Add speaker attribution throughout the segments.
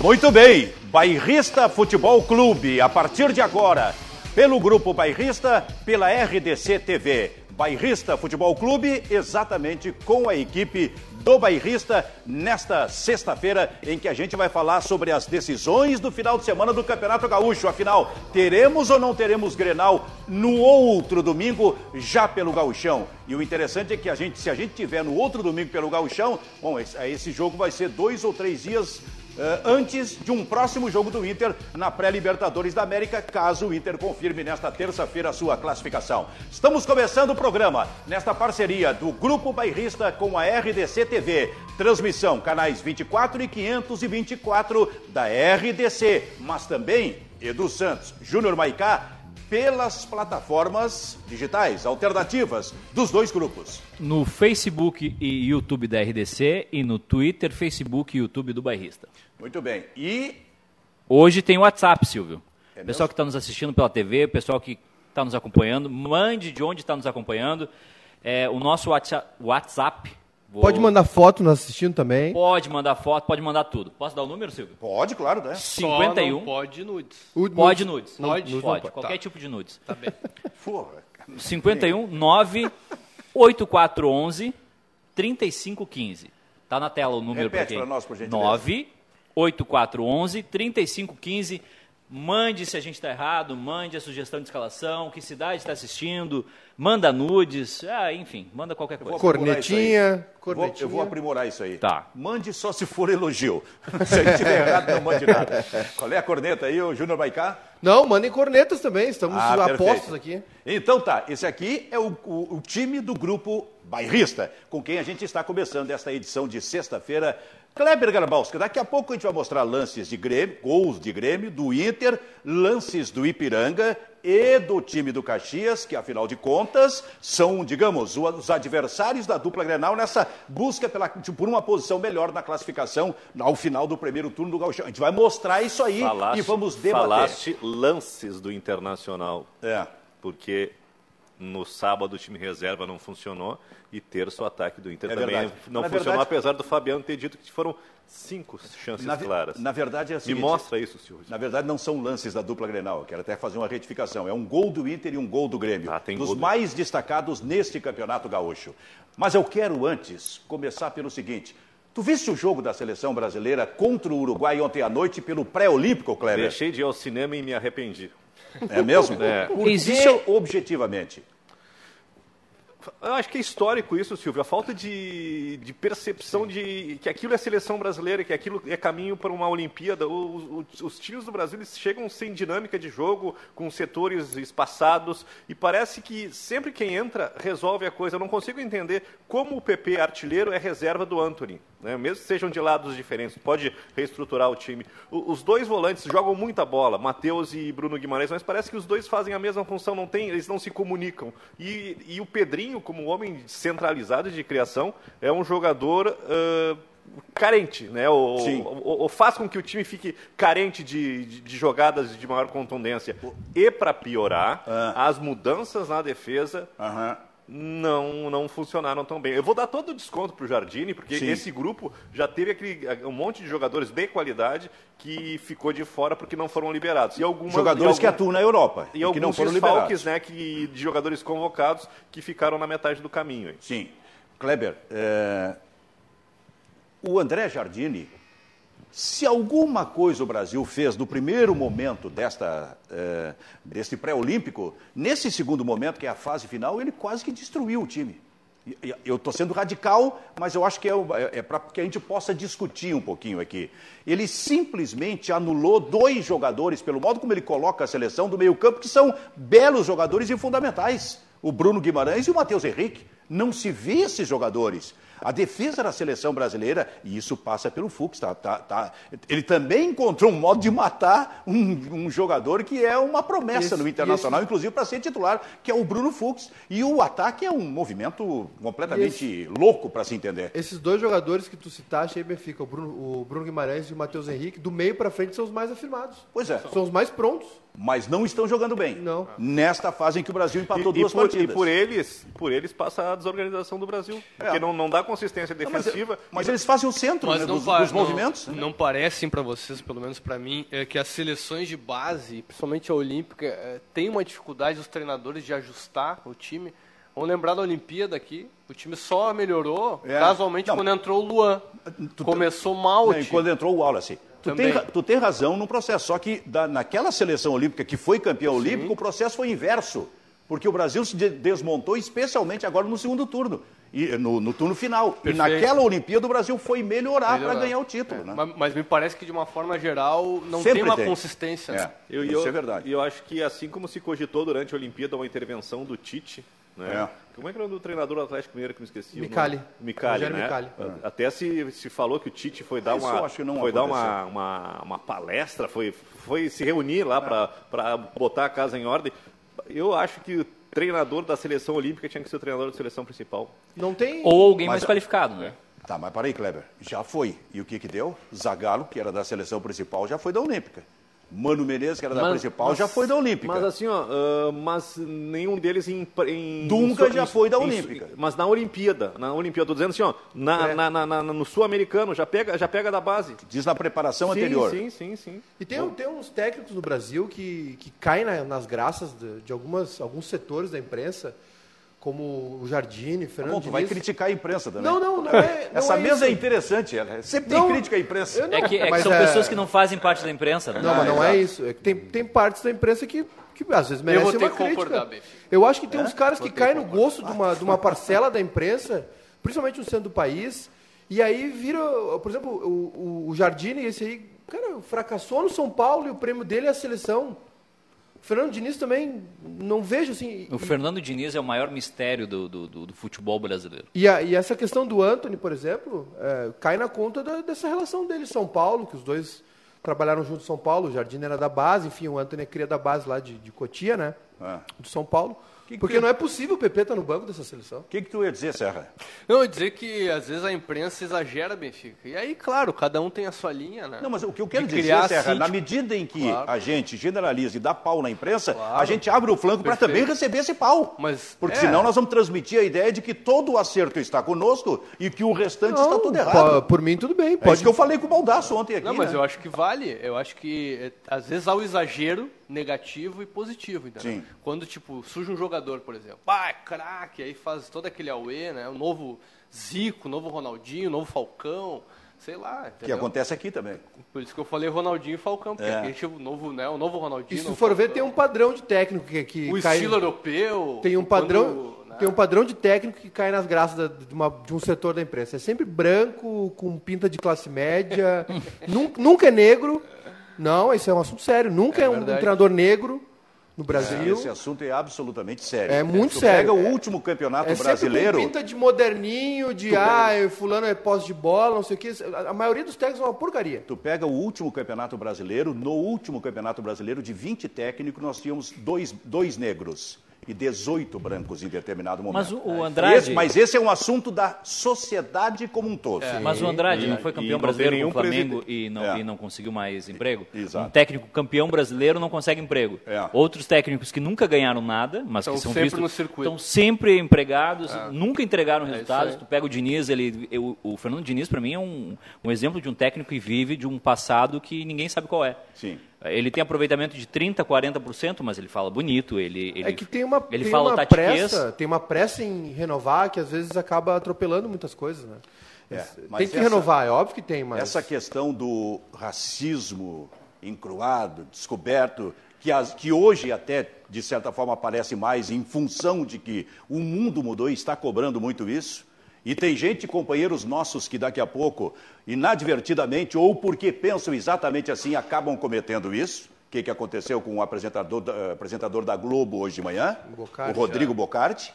Speaker 1: Muito bem, Bairrista Futebol Clube, a partir de agora, pelo Grupo Bairrista, pela RDC TV. Bairrista Futebol Clube, exatamente com a equipe do Bairrista, nesta sexta-feira, em que a gente vai falar sobre as decisões do final de semana do Campeonato Gaúcho. Afinal, teremos ou não teremos Grenal no outro domingo, já pelo Gauchão? E o interessante é que a gente, se a gente tiver no outro domingo pelo Gauchão, bom, esse jogo vai ser dois ou três dias antes de um próximo jogo do Inter na pré-Libertadores da América, caso o Inter confirme nesta terça-feira a sua classificação. Estamos começando o programa nesta parceria do Grupo Bairrista com a RDC TV. Transmissão canais 24 e 524 da RDC, mas também Edu Santos, Júnior Maicá pelas plataformas digitais alternativas dos dois grupos.
Speaker 2: No Facebook e YouTube da RDC e no Twitter, Facebook e YouTube do Bairrista.
Speaker 1: Muito bem. E
Speaker 2: hoje tem WhatsApp, Silvio. É pessoal que está nos assistindo pela TV, pessoal que está nos acompanhando, mande de onde está nos acompanhando. É, o nosso WhatsApp
Speaker 3: Vou... Pode mandar foto nos assistindo também.
Speaker 2: Pode mandar foto, pode mandar tudo. Posso dar o número, Silvio?
Speaker 1: Pode, claro, né?
Speaker 2: 51.
Speaker 4: pode nudes.
Speaker 2: Ud um? pode nudes.
Speaker 4: Pode, nudes.
Speaker 2: pode. pode. Qualquer tá. tipo de nudes.
Speaker 4: Tá bem.
Speaker 1: Porra.
Speaker 2: 51 98411 3515. Tá na tela o número
Speaker 1: para quem? Pra nós, por gentileza.
Speaker 2: 98411 3515. Mande se a gente está errado, mande a sugestão de escalação, que cidade está assistindo, manda nudes, ah, enfim, manda qualquer coisa.
Speaker 3: Cornetinha,
Speaker 1: cornetinha. Vou, eu vou aprimorar isso aí.
Speaker 2: Tá.
Speaker 1: Mande só se for elogio. se a gente tiver errado, não mande nada. Qual é a corneta aí, o Júnior Baicá?
Speaker 3: Não, mandem cornetas também, estamos ah, apostos aqui.
Speaker 1: Então tá, esse aqui é o, o, o time do grupo Bairrista, com quem a gente está começando esta edição de sexta-feira. Kleber Garbalski, daqui a pouco a gente vai mostrar lances de Grêmio, gols de Grêmio, do Inter, lances do Ipiranga e do time do Caxias, que afinal de contas são, digamos, os adversários da dupla Grenal nessa busca pela, por uma posição melhor na classificação ao final do primeiro turno do Gauchão. A gente vai mostrar isso aí
Speaker 5: falaste,
Speaker 1: e vamos debater.
Speaker 5: Falaste lances do Internacional.
Speaker 1: É.
Speaker 5: Porque no sábado o time reserva não funcionou e terça o ataque do Inter
Speaker 1: É
Speaker 5: também
Speaker 1: verdade.
Speaker 5: não
Speaker 1: Na
Speaker 5: funcionou,
Speaker 1: verdade-
Speaker 5: apesar do Fabiano ter dito que foram cinco chances
Speaker 1: Na, ve-
Speaker 5: claras.
Speaker 1: na verdade é assim.
Speaker 5: Me mostra isso, Silvio.
Speaker 1: Na verdade, não são lances da dupla Grenal. Eu Quero até fazer uma retificação. É um gol do Inter e um gol do Grêmio.
Speaker 5: Ah, tem
Speaker 1: dos
Speaker 5: gol do-
Speaker 1: mais destacados neste Campeonato Gaúcho. Mas eu quero, antes, começar pelo seguinte. Tu viste o jogo da seleção brasileira contra o Uruguai ontem à noite pelo pré-olímpico, Kleber?
Speaker 5: Deixei de ir ao cinema e me arrependi.
Speaker 1: É mesmo?
Speaker 5: É.
Speaker 1: Por que,
Speaker 2: Existe-
Speaker 1: objetivamente?
Speaker 5: Eu acho que é histórico isso, Silvio. A falta de, de percepção de que aquilo é seleção brasileira, que aquilo é caminho para uma Olimpíada. O- o- Os, times do Brasil eles chegam sem dinâmica de jogo, com setores espaçados, e parece que sempre quem entra resolve a coisa. Eu não consigo entender como o PP artilheiro é reserva do Anthony, né? mesmo que sejam de lados diferentes. Pode reestruturar o time. O- os dois volantes jogam muita bola, Matheus e Bruno Guimarães, mas parece que os dois fazem a mesma função, não tem, eles não se comunicam. E, e o Pedrinho, como um homem centralizado de criação, é um jogador ãh, carente, né? Ou,
Speaker 1: Sim.
Speaker 5: ou- ou- ou faz com que o time fique carente de, de- de jogadas de maior contundência. E para piorar,
Speaker 1: Ah.
Speaker 5: as mudanças na defesa
Speaker 1: Aham.
Speaker 5: não, não funcionaram tão bem. Eu vou dar todo o desconto pro Jardine, porque
Speaker 1: Sim.
Speaker 5: esse grupo já teve aquele, um monte de jogadores de qualidade que ficou de fora porque não foram liberados. E algumas,
Speaker 1: Jogadores
Speaker 5: e
Speaker 1: que
Speaker 5: algum-
Speaker 1: atuam na Europa
Speaker 5: e,
Speaker 1: e, que não
Speaker 5: alguns
Speaker 1: foram
Speaker 5: desfalques,
Speaker 1: liberados.
Speaker 5: né, que, de jogadores convocados que ficaram na metade do caminho. hein.
Speaker 1: Sim. Kleber, é, o André Jardini, se alguma coisa o Brasil fez no primeiro momento desta, é, deste pré-olímpico, nesse segundo momento, que é a fase final, ele quase que destruiu o time. E- e- Eu estou sendo radical, mas eu acho que é, o- é- é para que a gente possa discutir um pouquinho aqui. Ele simplesmente anulou dois jogadores, pelo modo como ele coloca a seleção do meio-campo, que são belos jogadores e fundamentais: o Bruno Guimarães e o Matheus Henrique. Não se vê esses jogadores. A defesa da seleção brasileira, e isso passa pelo Fux, tá, tá- tá. ele também encontrou um modo de matar um, um jogador que é uma promessa
Speaker 3: Esse-
Speaker 1: no Internacional, inclusive para ser titular, que é o Bruno Fux. E o ataque é um movimento completamente louco para se entender.
Speaker 3: Esses dois jogadores que tu citaste aí, Benfica, o Bruno, o Bruno Guimarães e o Matheus Henrique, do meio pra frente são os mais afirmados.
Speaker 1: Pois é,
Speaker 3: São os mais prontos.
Speaker 1: mas não estão jogando bem.
Speaker 3: Não.
Speaker 1: Nesta fase em que o Brasil empatou
Speaker 5: E, e
Speaker 1: duas
Speaker 5: por, e
Speaker 1: Tá partidas. É.
Speaker 5: por eles, por eles passa a desorganização do Brasil. Porque não, não dá consistência defensiva.
Speaker 1: Mas eles fazem o centro
Speaker 4: Mas
Speaker 1: né,
Speaker 4: não
Speaker 1: dos,
Speaker 4: pa-
Speaker 1: dos
Speaker 4: não-
Speaker 1: movimentos. né?
Speaker 4: Não parecem para vocês, pelo menos para mim, é que as seleções de base, principalmente a olímpica, é, tem uma dificuldade os treinadores de ajustar o time. Vamos lembrar da Olimpíada aqui, o time só melhorou
Speaker 1: É.
Speaker 4: casualmente
Speaker 1: Não.
Speaker 4: quando entrou o Luan.
Speaker 1: Tu-
Speaker 4: Começou mal
Speaker 1: Não,
Speaker 4: o
Speaker 1: e
Speaker 4: time.
Speaker 1: Né, quando entrou o Wallace. Tu
Speaker 4: Também.
Speaker 1: tem, ra- tu tem razão no processo, só que da- naquela seleção olímpica que foi campeã olímpica, o processo foi inverso. Porque o Brasil se de- desmontou, especialmente agora no segundo turno, e no, no turno final. E
Speaker 4: Perfeito.
Speaker 1: naquela Olimpíada o Brasil foi melhorar, para
Speaker 4: Melhorar.
Speaker 1: ganhar o
Speaker 5: É,
Speaker 1: título. né?
Speaker 4: Mas, mas me parece que de uma forma geral não
Speaker 1: Sempre
Speaker 4: tem uma
Speaker 1: tem.
Speaker 4: consistência. né?
Speaker 1: É,
Speaker 5: Eu, e
Speaker 1: isso
Speaker 5: eu,
Speaker 1: é verdade.
Speaker 5: E eu acho que assim como se cogitou durante a Olimpíada uma intervenção do Tite, né?
Speaker 1: É.
Speaker 5: Como é que era o nome do treinador do Atlético Mineiro que me esqueci? o nome?
Speaker 3: Micali.
Speaker 5: Micali,
Speaker 3: Rogério
Speaker 5: né?
Speaker 3: Micali.
Speaker 5: Até se, se falou que o Tite foi dar
Speaker 1: Isso
Speaker 5: uma
Speaker 1: eu acho que não
Speaker 5: foi dar uma,
Speaker 1: aconteceu.
Speaker 5: uma, uma palestra, foi, foi se reunir lá pra para botar a casa em ordem. Eu acho que o treinador da seleção olímpica tinha que ser o treinador da seleção principal.
Speaker 3: Não tem.
Speaker 2: Ou alguém
Speaker 1: Mas-
Speaker 2: mais qualificado, né?
Speaker 1: Tá, mas peraí, Kleber. Já foi. E o que que deu? Zagallo, que era da seleção principal, já foi da Olímpica. Mano Menezes, que era da
Speaker 5: Mas-
Speaker 1: principal, já
Speaker 5: mas-
Speaker 1: foi da Olímpica.
Speaker 5: Mas assim, ó, ah, mas nenhum deles em. em
Speaker 1: Dunga
Speaker 5: em-
Speaker 1: já
Speaker 5: em-
Speaker 1: foi da
Speaker 5: em-
Speaker 1: Olímpica.
Speaker 5: mas na Olimpíada, na Olimpíada, tô dizendo assim, ó, na, na- na- na- no Sul-Americano, já pega, já pega da base.
Speaker 1: Diz na preparação
Speaker 5: sim,
Speaker 1: anterior.
Speaker 5: sim, sim, sim.
Speaker 3: E tem, um- tem uns técnicos no Brasil que, que caem na- nas graças de, de algumas, alguns setores da imprensa, como o Jardine, Fernando
Speaker 1: Tá Bom, tu vai
Speaker 3: Diniz.
Speaker 1: criticar a imprensa também.
Speaker 3: Não, não, não é. não
Speaker 1: Essa
Speaker 3: é
Speaker 1: mesa é
Speaker 3: isso.
Speaker 1: interessante, ela sempre
Speaker 3: Não,
Speaker 1: tem crítica à imprensa.
Speaker 3: eu não-
Speaker 2: É que, é que
Speaker 3: Mas
Speaker 2: são
Speaker 3: é-
Speaker 2: pessoas que não fazem parte da imprensa, né?
Speaker 3: Não, mas
Speaker 1: Ah,
Speaker 3: não é
Speaker 1: exato.
Speaker 3: isso. É que tem, tem partes da imprensa que, que às vezes merece
Speaker 4: vou ter
Speaker 3: uma
Speaker 4: que
Speaker 3: crítica.
Speaker 4: concordar, Benfica. É?
Speaker 3: Eu acho que tem uns caras que caem no gosto de uma, de uma parcela da imprensa, principalmente no centro do país, e aí vira, por exemplo, o, o, o Jardine, esse aí, cara, fracassou no São Paulo e o prêmio dele é a seleção. O Fernando Diniz também não vejo assim.
Speaker 2: O Fernando Diniz é o maior mistério do, do, do- do futebol brasileiro.
Speaker 3: E, a- e essa questão do Anthony, por exemplo, é, cai na conta da- dessa relação dele São Paulo, que os dois trabalharam junto em São Paulo, o Jardim era da base, enfim, o Anthony é cria da base lá de, de Cotia, né?
Speaker 1: Ah.
Speaker 3: Do São Paulo. Porque não é possível o PP estar no banco dessa seleção.
Speaker 1: O que, que tu ia dizer, Serra?
Speaker 4: Não, eu ia dizer que às vezes a imprensa exagera, Benfica. E aí, claro, cada um tem a sua linha, né?
Speaker 1: Não, mas o que eu quero
Speaker 4: De
Speaker 1: dizer,
Speaker 4: criar,
Speaker 1: Serra,
Speaker 4: assim,
Speaker 1: na
Speaker 4: tipo-
Speaker 1: medida em que
Speaker 4: Claro.
Speaker 1: a gente generaliza e dá pau na imprensa, a gente abre o flanco para também receber esse pau.
Speaker 4: Mas-
Speaker 1: Porque
Speaker 4: é.
Speaker 1: senão nós vamos transmitir a ideia de que todo o acerto está conosco e que o restante está tá tudo errado.
Speaker 3: po- por mim, tudo bem.
Speaker 1: É
Speaker 3: Pode
Speaker 1: isso que eu falei com o Baldaço ontem aqui.
Speaker 4: Não, mas
Speaker 1: né?
Speaker 4: eu acho que vale. Eu acho que é, às vezes há o exagero negativo e positivo, entendeu?
Speaker 1: Sim.
Speaker 4: Quando, tipo, surge um jogador, por exemplo, pá, é craque, aí faz todo aquele auê, né? O novo Zico, o novo Ronaldinho, o novo Falcão, sei lá,
Speaker 1: que
Speaker 4: entendeu?
Speaker 1: acontece aqui também.
Speaker 4: Por isso que eu falei Ronaldinho e Falcão, porque
Speaker 1: É.
Speaker 4: a gente, o novo, né, o novo
Speaker 3: E
Speaker 4: Ronaldinho. o
Speaker 3: se
Speaker 4: novo
Speaker 3: for ver,
Speaker 4: Falcão.
Speaker 3: tem um padrão de técnico que, que
Speaker 4: O
Speaker 3: cai-
Speaker 4: estilo europeu.
Speaker 3: Tem um
Speaker 4: quando,
Speaker 3: padrão,
Speaker 4: né?
Speaker 3: tem um padrão de técnico que cai nas graças da- de, uma- de um setor da imprensa. É sempre branco, com pinta de classe média, nun- nunca é negro. Não, esse é um assunto sério. Nunca é, um,
Speaker 4: verdade.
Speaker 3: treinador negro no Brasil.
Speaker 1: Esse assunto é absolutamente sério.
Speaker 3: É muito
Speaker 1: Tu Pega
Speaker 3: sério.
Speaker 1: o último campeonato
Speaker 3: É sempre
Speaker 1: brasileiro.
Speaker 3: com pinta de moderninho, de ah, é fulano é posse de bola, não sei o quê. A, a maioria dos técnicos é uma porcaria.
Speaker 1: Tu pega o último campeonato brasileiro, no último campeonato brasileiro, de 20 técnicos, nós tínhamos dois, dois negros e 18 brancos em determinado momento.
Speaker 2: Mas o- o Andrade-
Speaker 1: Esse- mas esse é um assunto da sociedade como um todo.
Speaker 2: Mas o Andrade não foi
Speaker 5: e
Speaker 2: campeão
Speaker 5: não tem
Speaker 2: brasileiro com
Speaker 5: nenhum
Speaker 2: o Flamengo e não,
Speaker 1: É.
Speaker 2: e não conseguiu mais emprego?
Speaker 1: Exato.
Speaker 2: Um técnico campeão brasileiro não consegue emprego.
Speaker 1: É.
Speaker 2: Outros técnicos que nunca ganharam nada, mas
Speaker 4: Tão
Speaker 2: que são
Speaker 4: sempre
Speaker 2: vistos...
Speaker 4: no circuito.
Speaker 2: Estão sempre empregados, nunca entregaram resultados.
Speaker 4: aí.
Speaker 2: tu pega o Diniz, ele, eu- o Fernando Diniz, para mim, é um, um exemplo de um técnico que vive de um passado que ninguém sabe qual é.
Speaker 1: Sim.
Speaker 2: Ele tem aproveitamento de 30%, 40%, mas ele fala bonito, ele, ele,
Speaker 3: é que tem uma,
Speaker 2: ele
Speaker 3: tem
Speaker 2: fala
Speaker 3: uma
Speaker 2: tatiquês.
Speaker 3: pressa, tem uma pressa em renovar que às vezes acaba atropelando muitas coisas, né?
Speaker 1: É, mas
Speaker 3: Tem que
Speaker 1: essa-
Speaker 3: renovar, é óbvio que tem, mas
Speaker 1: Essa questão do racismo encruado, descoberto, que, as- que hoje até, de certa forma, aparece mais em função de que o mundo mudou e está cobrando muito isso. E tem gente, companheiros nossos, que daqui a pouco, inadvertidamente, ou porque pensam exatamente assim, acabam cometendo isso. O que, que aconteceu com o apresentador da, eh, apresentador da Globo hoje de manhã,
Speaker 3: Bocardi,
Speaker 1: o Rodrigo Bocardi,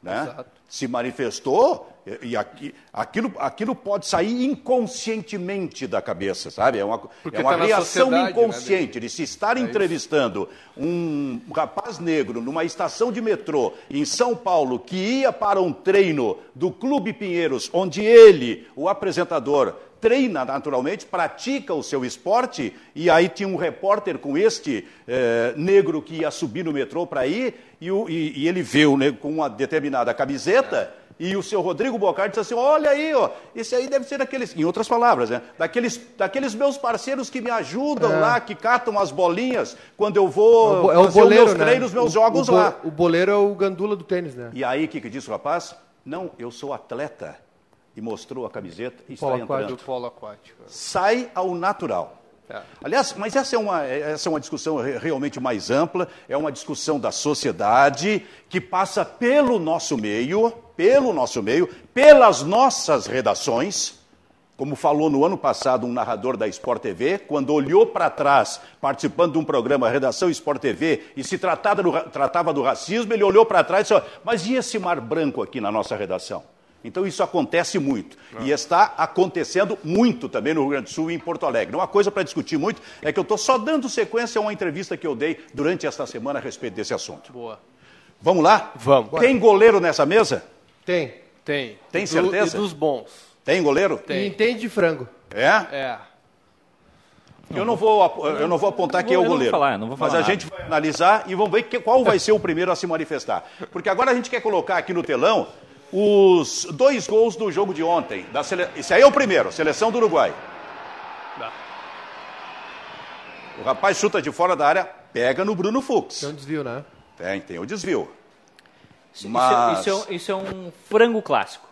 Speaker 1: né? se manifestou e, e aqui- aquilo, aquilo pode sair inconscientemente da cabeça, sabe? É uma, é uma
Speaker 4: tá na
Speaker 1: reação
Speaker 4: sociedade, né,
Speaker 1: inconsciente de se estar entrevistando um rapaz negro numa estação de metrô em São Paulo que ia para um treino do Clube Pinheiros, onde ele, o apresentador, treina naturalmente, pratica o seu esporte, e aí tinha um repórter com este eh, negro que ia subir no metrô para ir, e, o- e- e ele vê o negro com uma determinada camiseta, e o seu Rodrigo Bocardi disse assim, olha aí, ó, esse aí deve ser daqueles, em outras palavras, né, daqueles, daqueles meus parceiros que me ajudam lá, que catam as bolinhas, quando eu
Speaker 3: o
Speaker 1: vou
Speaker 3: bo- é o
Speaker 1: fazer
Speaker 3: boleiro,
Speaker 1: os meus
Speaker 3: né?
Speaker 1: treinos, meus
Speaker 3: O-
Speaker 1: jogos
Speaker 3: o bo-
Speaker 1: lá.
Speaker 3: O boleiro é o gandula do tênis, né?
Speaker 1: E aí, o que, que disse o rapaz? Não, eu sou atleta. E mostrou a camiseta e está
Speaker 3: Polo aquático.
Speaker 1: entrando.
Speaker 4: do polo aquático.
Speaker 1: Sai ao natural.
Speaker 4: É.
Speaker 1: Aliás, mas essa é, uma, essa é uma discussão re- realmente mais ampla, é uma discussão da sociedade que passa pelo nosso meio, pelo nosso meio, pelas nossas redações. Como falou no ano passado um narrador da Sport TV, quando olhou para trás, participando de um programa Redação Sport TV, e se tratava do, ra- tratava do racismo, ele olhou para trás e disse: "Ó, Mas e esse mar branco aqui na nossa redação? Então isso acontece muito. E está acontecendo muito também no Rio Grande do Sul e em Porto Alegre. Uma coisa para discutir muito é que eu estou só dando sequência a uma entrevista que eu dei durante esta semana a respeito desse assunto.
Speaker 4: Boa.
Speaker 1: Vamos lá?
Speaker 4: Vamos.
Speaker 1: Tem goleiro nessa mesa?
Speaker 3: Tem.
Speaker 4: Tem.
Speaker 1: Tem
Speaker 4: E do-
Speaker 1: certeza?
Speaker 4: E dos bons.
Speaker 1: Tem goleiro?
Speaker 3: E entende de frango.
Speaker 1: É?
Speaker 4: É.
Speaker 1: Eu não vou, ap- eu não vou apontar
Speaker 2: não
Speaker 1: quem é
Speaker 2: vou-
Speaker 1: o
Speaker 2: eu não vou
Speaker 1: goleiro.
Speaker 2: falar, eu não vou falar
Speaker 1: Mas a
Speaker 2: nada.
Speaker 1: gente vai analisar e vamos ver que- qual vai ser o primeiro a se manifestar. Porque agora a gente quer colocar aqui no telão os dois gols do jogo de ontem. Da sele... Esse aí é o primeiro, seleção do Uruguai. O rapaz chuta de fora da área, pega no Bruno
Speaker 3: Tem
Speaker 1: Fux.
Speaker 3: um desvio, né?
Speaker 1: Tem, tem o desvio.
Speaker 2: Isso,
Speaker 1: Mas-
Speaker 2: isso, é, isso é um- isso é um frango clássico.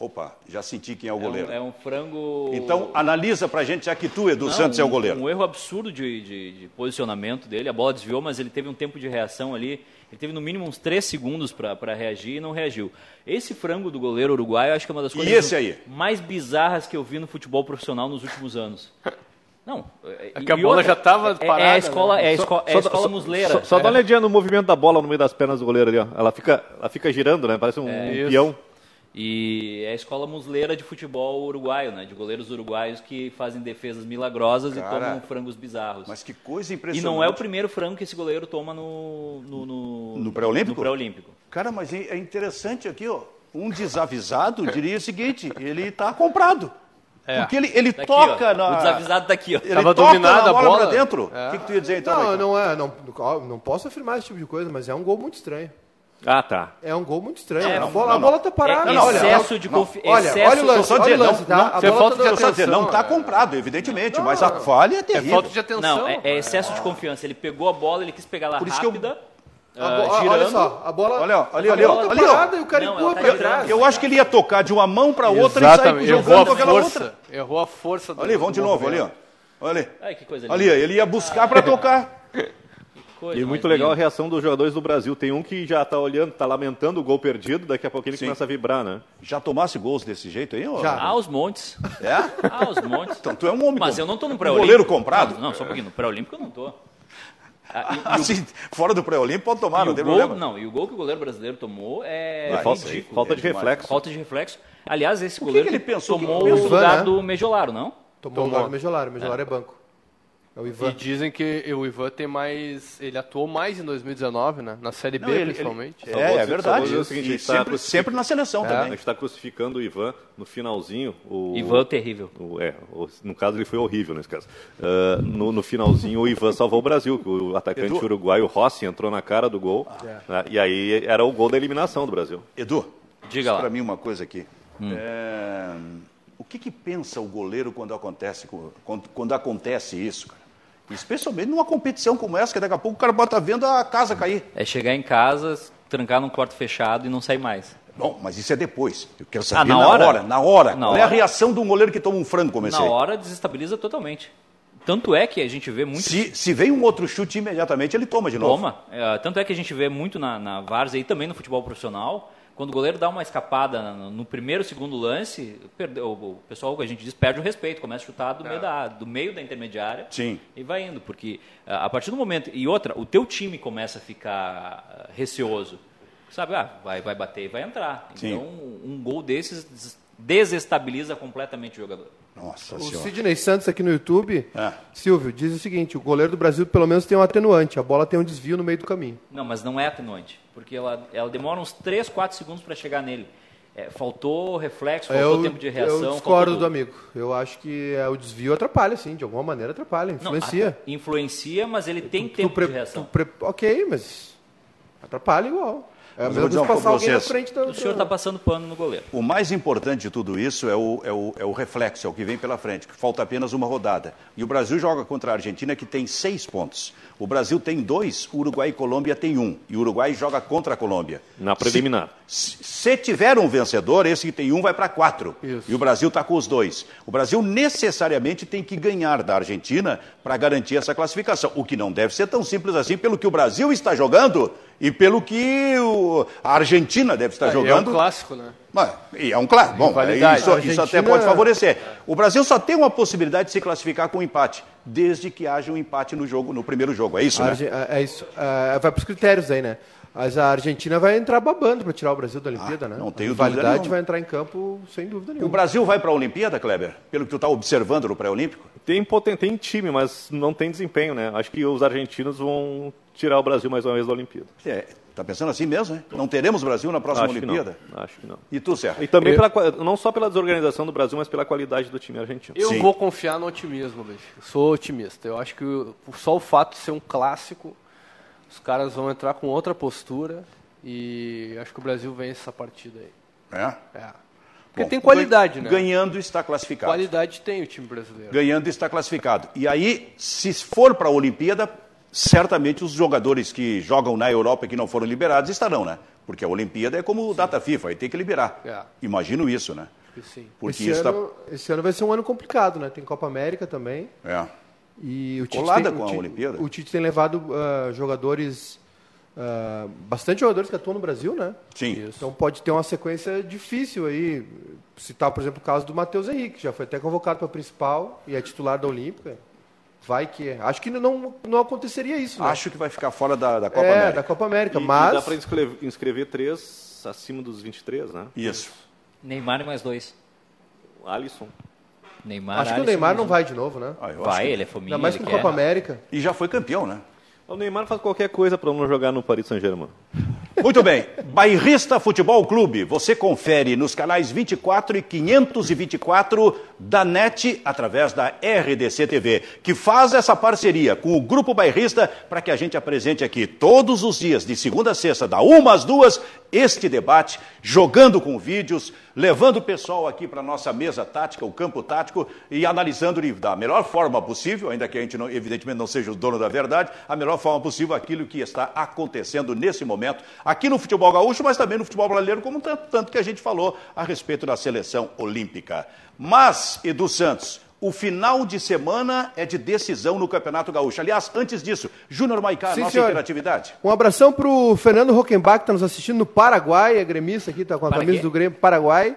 Speaker 1: Opa, já senti quem é o
Speaker 2: É um,
Speaker 1: goleiro.
Speaker 2: é um frango.
Speaker 1: Então analisa pra gente, já que tu, Edu
Speaker 2: Não,
Speaker 1: Santos, é o
Speaker 2: um-
Speaker 1: goleiro.
Speaker 2: Um erro absurdo de, de- de posicionamento dele. A bola desviou, mas ele teve um tempo de reação ali. Ele teve no mínimo uns 3 segundos para reagir e não reagiu. Esse frango do goleiro uruguaio, eu acho que é uma das
Speaker 1: E
Speaker 2: coisas
Speaker 1: esse aí?
Speaker 2: mais bizarras que eu vi no futebol profissional nos últimos anos. Não. É
Speaker 4: que a bola já tava
Speaker 2: É, a
Speaker 4: parada,
Speaker 2: escola,
Speaker 4: né?
Speaker 2: é a escola, é a escola
Speaker 5: só-
Speaker 2: musleira.
Speaker 5: Só, só dá
Speaker 2: É.
Speaker 5: uma olhadinha no movimento da bola no meio das pernas do goleiro ali, ó. Ela fica, ela fica girando, né? Parece um
Speaker 2: É,
Speaker 4: Isso.
Speaker 5: peão.
Speaker 2: E é a escola musleira de futebol uruguaio, né? De goleiros uruguaios que fazem defesas milagrosas
Speaker 1: Cara,
Speaker 2: e tomam frangos bizarros.
Speaker 1: Mas que coisa
Speaker 2: E
Speaker 1: impressionante.
Speaker 2: não é o primeiro frango que esse goleiro toma no. No, no,
Speaker 1: No pré-olímpico?
Speaker 2: no pré-olímpico.
Speaker 1: Cara, mas é é interessante aqui, ó. Um desavisado diria o seguinte: ele está comprado. Porque ele, ele
Speaker 2: Tá aqui,
Speaker 1: toca
Speaker 2: ó. O
Speaker 1: na.
Speaker 2: desavisado tá aqui, ó.
Speaker 1: Ele
Speaker 4: Tava
Speaker 1: toca na
Speaker 4: dominada a
Speaker 1: bola, pra
Speaker 4: bola.
Speaker 1: dentro. O
Speaker 4: É.
Speaker 1: que, que tu ia dizer então?
Speaker 3: Não,
Speaker 1: Maicon?
Speaker 3: não é. Não, ó, não posso afirmar esse tipo de coisa, mas é um gol muito estranho.
Speaker 5: Ah, tá.
Speaker 3: É um gol muito estranho.
Speaker 2: É,
Speaker 3: a,
Speaker 2: não,
Speaker 3: bola,
Speaker 1: não,
Speaker 3: a bola tá parada.
Speaker 2: É
Speaker 3: Não, olha,
Speaker 2: excesso
Speaker 3: olha,
Speaker 2: de
Speaker 1: não.
Speaker 2: confiança.
Speaker 3: olha, olha o lance,
Speaker 1: só
Speaker 3: olha
Speaker 1: dizer,
Speaker 3: o lance,
Speaker 1: não,
Speaker 3: tá?
Speaker 1: não,
Speaker 3: a
Speaker 1: você
Speaker 3: bola tá
Speaker 4: falta de
Speaker 1: Eu
Speaker 3: dando-
Speaker 1: só dizer, não
Speaker 4: atenção,
Speaker 1: está
Speaker 4: é.
Speaker 1: comprado, evidentemente, mas a falha é
Speaker 4: É
Speaker 1: terrível.
Speaker 4: falta de atenção.
Speaker 2: Não, é, é excesso de confiança. Ele pegou a bola, ele quis pegar ela
Speaker 1: Por isso que eu-
Speaker 2: rápida.
Speaker 3: a
Speaker 2: ah,
Speaker 3: bo- ó,
Speaker 2: girando.
Speaker 3: Olha só, a bola.
Speaker 1: Olha, ó, ali,
Speaker 3: a
Speaker 1: ali, ó,
Speaker 3: bola tá
Speaker 1: ali, ó.
Speaker 3: parada e o cara
Speaker 2: Não,
Speaker 3: empurra
Speaker 2: ela tá
Speaker 3: pra
Speaker 2: girando.
Speaker 3: trás.
Speaker 1: Eu acho que ele ia tocar de uma mão para outra e
Speaker 4: Exatamente.
Speaker 1: sair
Speaker 4: Errou
Speaker 1: jogando com
Speaker 4: a
Speaker 1: aquela
Speaker 4: força.
Speaker 1: outra.
Speaker 4: Errou a força. do-
Speaker 1: Olha, ali, vão
Speaker 4: do
Speaker 1: de novo, ali,
Speaker 4: movimento.
Speaker 1: ó. Olha ali.
Speaker 2: Ai, que coisa
Speaker 1: Ali,
Speaker 2: linda.
Speaker 1: ele ia buscar para tocar.
Speaker 2: Coisa
Speaker 5: E
Speaker 2: mais
Speaker 5: muito legal a
Speaker 2: linda.
Speaker 5: reação dos jogadores do Brasil. Tem um que já tá olhando, tá lamentando o gol perdido, daqui a pouco ele
Speaker 1: Sim.
Speaker 5: começa a vibrar, né?
Speaker 1: Já tomasse gols desse jeito aí? ó?
Speaker 3: Já.
Speaker 2: Aos Ah, montes.
Speaker 1: É?
Speaker 2: Aos montes.
Speaker 1: Então tu é um homem.
Speaker 2: Mas
Speaker 1: com-
Speaker 2: eu não tô no
Speaker 1: um
Speaker 2: pré-olímpico.
Speaker 1: Goleiro comprado?
Speaker 2: Não, não, só um pouquinho. No pré-olímpico eu não tô. Ah, e- e o-
Speaker 1: Assim, fora do pré-olímpico pode tomar,
Speaker 2: e
Speaker 1: não
Speaker 2: o
Speaker 1: tem
Speaker 2: gol-
Speaker 1: problema.
Speaker 2: não, e o gol que o goleiro brasileiro tomou é.
Speaker 1: Vai,
Speaker 5: falta,
Speaker 1: isso aí,
Speaker 5: falta de
Speaker 1: demais.
Speaker 5: reflexo.
Speaker 2: Falta de reflexo. Aliás, esse
Speaker 1: que
Speaker 2: goleiro
Speaker 1: que ele pensou?
Speaker 2: tomou
Speaker 1: Que que ele
Speaker 2: o
Speaker 3: pensou?
Speaker 2: lugar
Speaker 3: Né?
Speaker 2: do Mejolaro, não?
Speaker 3: Tomou o lugar do Mejolar. O Mejolar é. banco. É o
Speaker 4: E
Speaker 3: Ivan.
Speaker 4: dizem que o Ivan tem mais. Ele atuou mais em 2019, né? Na Série B,
Speaker 1: Não, ele-
Speaker 4: principalmente.
Speaker 5: Só
Speaker 1: É,
Speaker 5: vou-
Speaker 1: é
Speaker 5: só vou
Speaker 1: verdade.
Speaker 5: dizer o seguinte,
Speaker 1: E
Speaker 5: a gente tá
Speaker 1: sempre,
Speaker 5: com-
Speaker 1: sempre na seleção
Speaker 5: A
Speaker 1: também.
Speaker 5: gente tá crucificando o Ivan no finalzinho. O...
Speaker 2: Ivan é terrível.
Speaker 5: O- é, o- no caso ele foi horrível nesse caso. Ah, no, no finalzinho o Ivan salvou o Brasil, que o atacante
Speaker 1: Edu- Ah.
Speaker 5: uruguaio Rossi entrou na cara do gol. né, e aí era o gol da eliminação do Brasil.
Speaker 1: Edu,
Speaker 2: Diga lá.
Speaker 1: para mim uma coisa aqui. É, O que, que pensa o goleiro quando acontece, com- quando, quando acontece isso, cara? Especialmente numa competição como essa, que daqui a pouco o cara bota vendo a casa cair.
Speaker 2: É chegar em casa, trancar num quarto fechado e não sair mais.
Speaker 1: Bom, mas isso é depois. Eu quero saber
Speaker 2: na
Speaker 1: na, hora?
Speaker 2: hora?
Speaker 1: na hora.
Speaker 2: Na
Speaker 1: Qual é a
Speaker 2: hora.
Speaker 1: reação de um goleiro que toma um frango como esse
Speaker 2: Na
Speaker 1: aí?
Speaker 2: hora desestabiliza totalmente. Tanto é que a gente vê muito.
Speaker 1: Se, se vem um outro chute imediatamente, ele toma de novo.
Speaker 2: Toma. É, tanto é que a gente vê muito na, na várzea e também no futebol profissional. Quando o goleiro dá uma escapada no, no primeiro, segundo lance, perdeu, o o pessoal que a gente diz perde o respeito, começa a chutar do, meio, da, do meio da intermediária
Speaker 1: É. Sim.
Speaker 2: e vai indo. Porque ah, a partir do momento. E outra, o teu time começa a ficar ah, receoso. Sabe, ah, vai, vai bater e vai entrar.
Speaker 1: Sim.
Speaker 2: Então, um gol desses des- desestabiliza completamente o jogador.
Speaker 1: Nossa
Speaker 3: O
Speaker 1: senhora.
Speaker 3: Sidney Santos aqui no YouTube,
Speaker 1: Ah.
Speaker 3: Silvio, diz o seguinte: o goleiro do Brasil pelo menos tem um atenuante, a bola tem um desvio no meio do caminho.
Speaker 2: Não, mas não é atenuante, porque ela, ela demora uns 3, 4 segundos para chegar nele. é, faltou reflexo, faltou
Speaker 3: É, Eu,
Speaker 2: tempo de reação.
Speaker 3: eu
Speaker 2: faltou
Speaker 3: discordo
Speaker 2: tudo.
Speaker 3: do amigo. Eu acho que é, o desvio atrapalha, sim. De alguma maneira atrapalha,
Speaker 2: Não,
Speaker 3: influencia.
Speaker 2: a- influencia, mas ele tem
Speaker 3: Tu
Speaker 2: tempo
Speaker 3: pre-
Speaker 2: de reação.
Speaker 3: tu pre- Ok, mas atrapalha igual. É a
Speaker 1: Mas eu vou
Speaker 3: mesma
Speaker 1: dizer uma
Speaker 3: coisa que
Speaker 1: coisa pra
Speaker 3: passar alguém na
Speaker 1: vocês.
Speaker 3: frente da...
Speaker 2: O senhor tá
Speaker 3: da-
Speaker 2: está passando pano no goleiro.
Speaker 1: O mais importante de tudo isso é o, é o- é o reflexo, é o que vem pela frente, que falta apenas uma rodada. E o Brasil joga contra a Argentina, que tem seis pontos. O Brasil tem dois, o Uruguai e Colômbia tem um. E o Uruguai joga contra a Colômbia.
Speaker 5: Na preliminar.
Speaker 1: Se, se tiver um vencedor, esse que tem um vai para quatro. E o Brasil está com os dois. O Brasil necessariamente tem que ganhar da Argentina para garantir essa classificação. O que não deve ser tão simples assim, pelo que o Brasil está jogando e pelo que o- a Argentina deve estar
Speaker 4: É um
Speaker 1: Tá jogando.
Speaker 4: clássico, né?
Speaker 1: Mas, e é um claro. Bom,
Speaker 4: Rivalidade.
Speaker 1: isso,
Speaker 3: A
Speaker 1: isso até
Speaker 3: Argentina-
Speaker 1: pode favorecer. O Brasil só tem uma possibilidade de se classificar com um empate, desde que haja um empate no jogo, no primeiro jogo. É isso,
Speaker 3: A
Speaker 1: né?
Speaker 3: Arge- é- É isso. É, vai pros critérios aí, né? Mas a Argentina vai entrar babando pra tirar o Brasil da Olimpíada, né?
Speaker 1: Ah, não tenho
Speaker 3: a
Speaker 1: dúvida
Speaker 3: rivalidade
Speaker 1: nenhuma.
Speaker 3: vai entrar em campo sem dúvida nenhuma.
Speaker 1: O Brasil vai para a Olimpíada, Kleber? Pelo que tu está observando no pré-olímpico?
Speaker 5: Tem, poten- tem time, mas não tem desempenho, né? Acho que os argentinos vão tirar o Brasil mais uma vez da Olimpíada.
Speaker 1: É, tá pensando assim mesmo, né? Não teremos Brasil na próxima
Speaker 5: Acho que não.
Speaker 1: Olimpíada?
Speaker 5: Acho que não.
Speaker 1: E tu, Serra?
Speaker 5: E também pela qua- não só pela desorganização do Brasil, mas pela qualidade do time argentino.
Speaker 4: Eu
Speaker 1: Sim.
Speaker 4: vou confiar no otimismo, bicho. Eu sou otimista. Eu acho que o- só o fato de ser um clássico, os caras vão entrar com outra postura e acho que o Brasil vence essa partida aí.
Speaker 1: É.
Speaker 4: É. Porque
Speaker 1: Bom,
Speaker 4: tem qualidade, né?
Speaker 1: Ganhando está classificado.
Speaker 4: Qualidade tem o time brasileiro.
Speaker 1: Ganhando está classificado. E aí, se for para a Olimpíada, certamente os jogadores que jogam na Europa e que não foram liberados estarão, né? Porque a Olimpíada é como o data FIFA, aí tem que liberar.
Speaker 4: É.
Speaker 1: Imagino isso, né?
Speaker 4: acho que Sim.
Speaker 1: Porque
Speaker 3: esse,
Speaker 1: isso tá está.
Speaker 3: ano, esse ano vai ser um ano complicado, né? Tem Copa América também.
Speaker 1: É,
Speaker 3: E o Tite
Speaker 1: Colada
Speaker 3: tem,
Speaker 1: com
Speaker 3: o
Speaker 1: a
Speaker 3: Tite-
Speaker 1: Olimpíada.
Speaker 3: O Tite tem levado ah, jogadores, ah, bastante jogadores que atuam no Brasil, né?
Speaker 1: Sim.
Speaker 3: Então pode ter uma sequência difícil aí. Citar, por exemplo, o caso do Matheus Henrique, que já foi até convocado para principal e é titular da Olímpica. Vai que é. Acho que não, não aconteceria isso, né?
Speaker 1: Acho que vai ficar fora da, da
Speaker 3: é,
Speaker 1: Copa América.
Speaker 3: da Copa América,
Speaker 5: E- e
Speaker 3: mas
Speaker 5: dá para inscrever, inscrever três acima dos 23, né?
Speaker 1: Isso.
Speaker 2: Neymar e mais dois.
Speaker 5: Alisson.
Speaker 2: Neymar,
Speaker 3: acho que o
Speaker 2: Alisson,
Speaker 3: Neymar não
Speaker 2: Alisson.
Speaker 3: vai de novo, né?
Speaker 1: Ah, eu acho
Speaker 2: Vai,
Speaker 1: que-
Speaker 2: ele é fominha,
Speaker 3: Ainda mais
Speaker 2: ele
Speaker 3: com
Speaker 2: quer.
Speaker 3: Copa América.
Speaker 1: E já foi campeão, né?
Speaker 5: O Neymar faz qualquer coisa para não jogar no Paris Saint-Germain.
Speaker 1: Muito bem. Bairrista Futebol Clube, você confere nos canais 24 e 524 da NET, através da RDC TV, que faz essa parceria com o Grupo Bairrista para que a gente apresente aqui todos os dias, de segunda a sexta, da uma às duas, este debate, jogando com vídeos, levando o pessoal aqui para a nossa mesa tática, o campo tático, e analisando de- da melhor forma possível, ainda que a gente, não- evidentemente, não seja o dono da verdade, a melhor forma possível aquilo que está acontecendo nesse momento, aqui no futebol gaúcho, mas também no futebol brasileiro, como tanto, tanto que a gente falou a respeito da seleção olímpica. Mas, Edu Santos, o final de semana é de decisão no Campeonato Gaúcho. Aliás, antes disso, Júnior Maicá,
Speaker 3: Sim,
Speaker 1: nossa
Speaker 3: senhor.
Speaker 1: interatividade.
Speaker 3: Um abração pro Fernando Rockenbach, que está nos assistindo no Paraguai, é gremista aqui, tá com a
Speaker 2: Para
Speaker 3: camisa
Speaker 2: quê?
Speaker 3: do Grêmio Paraguai.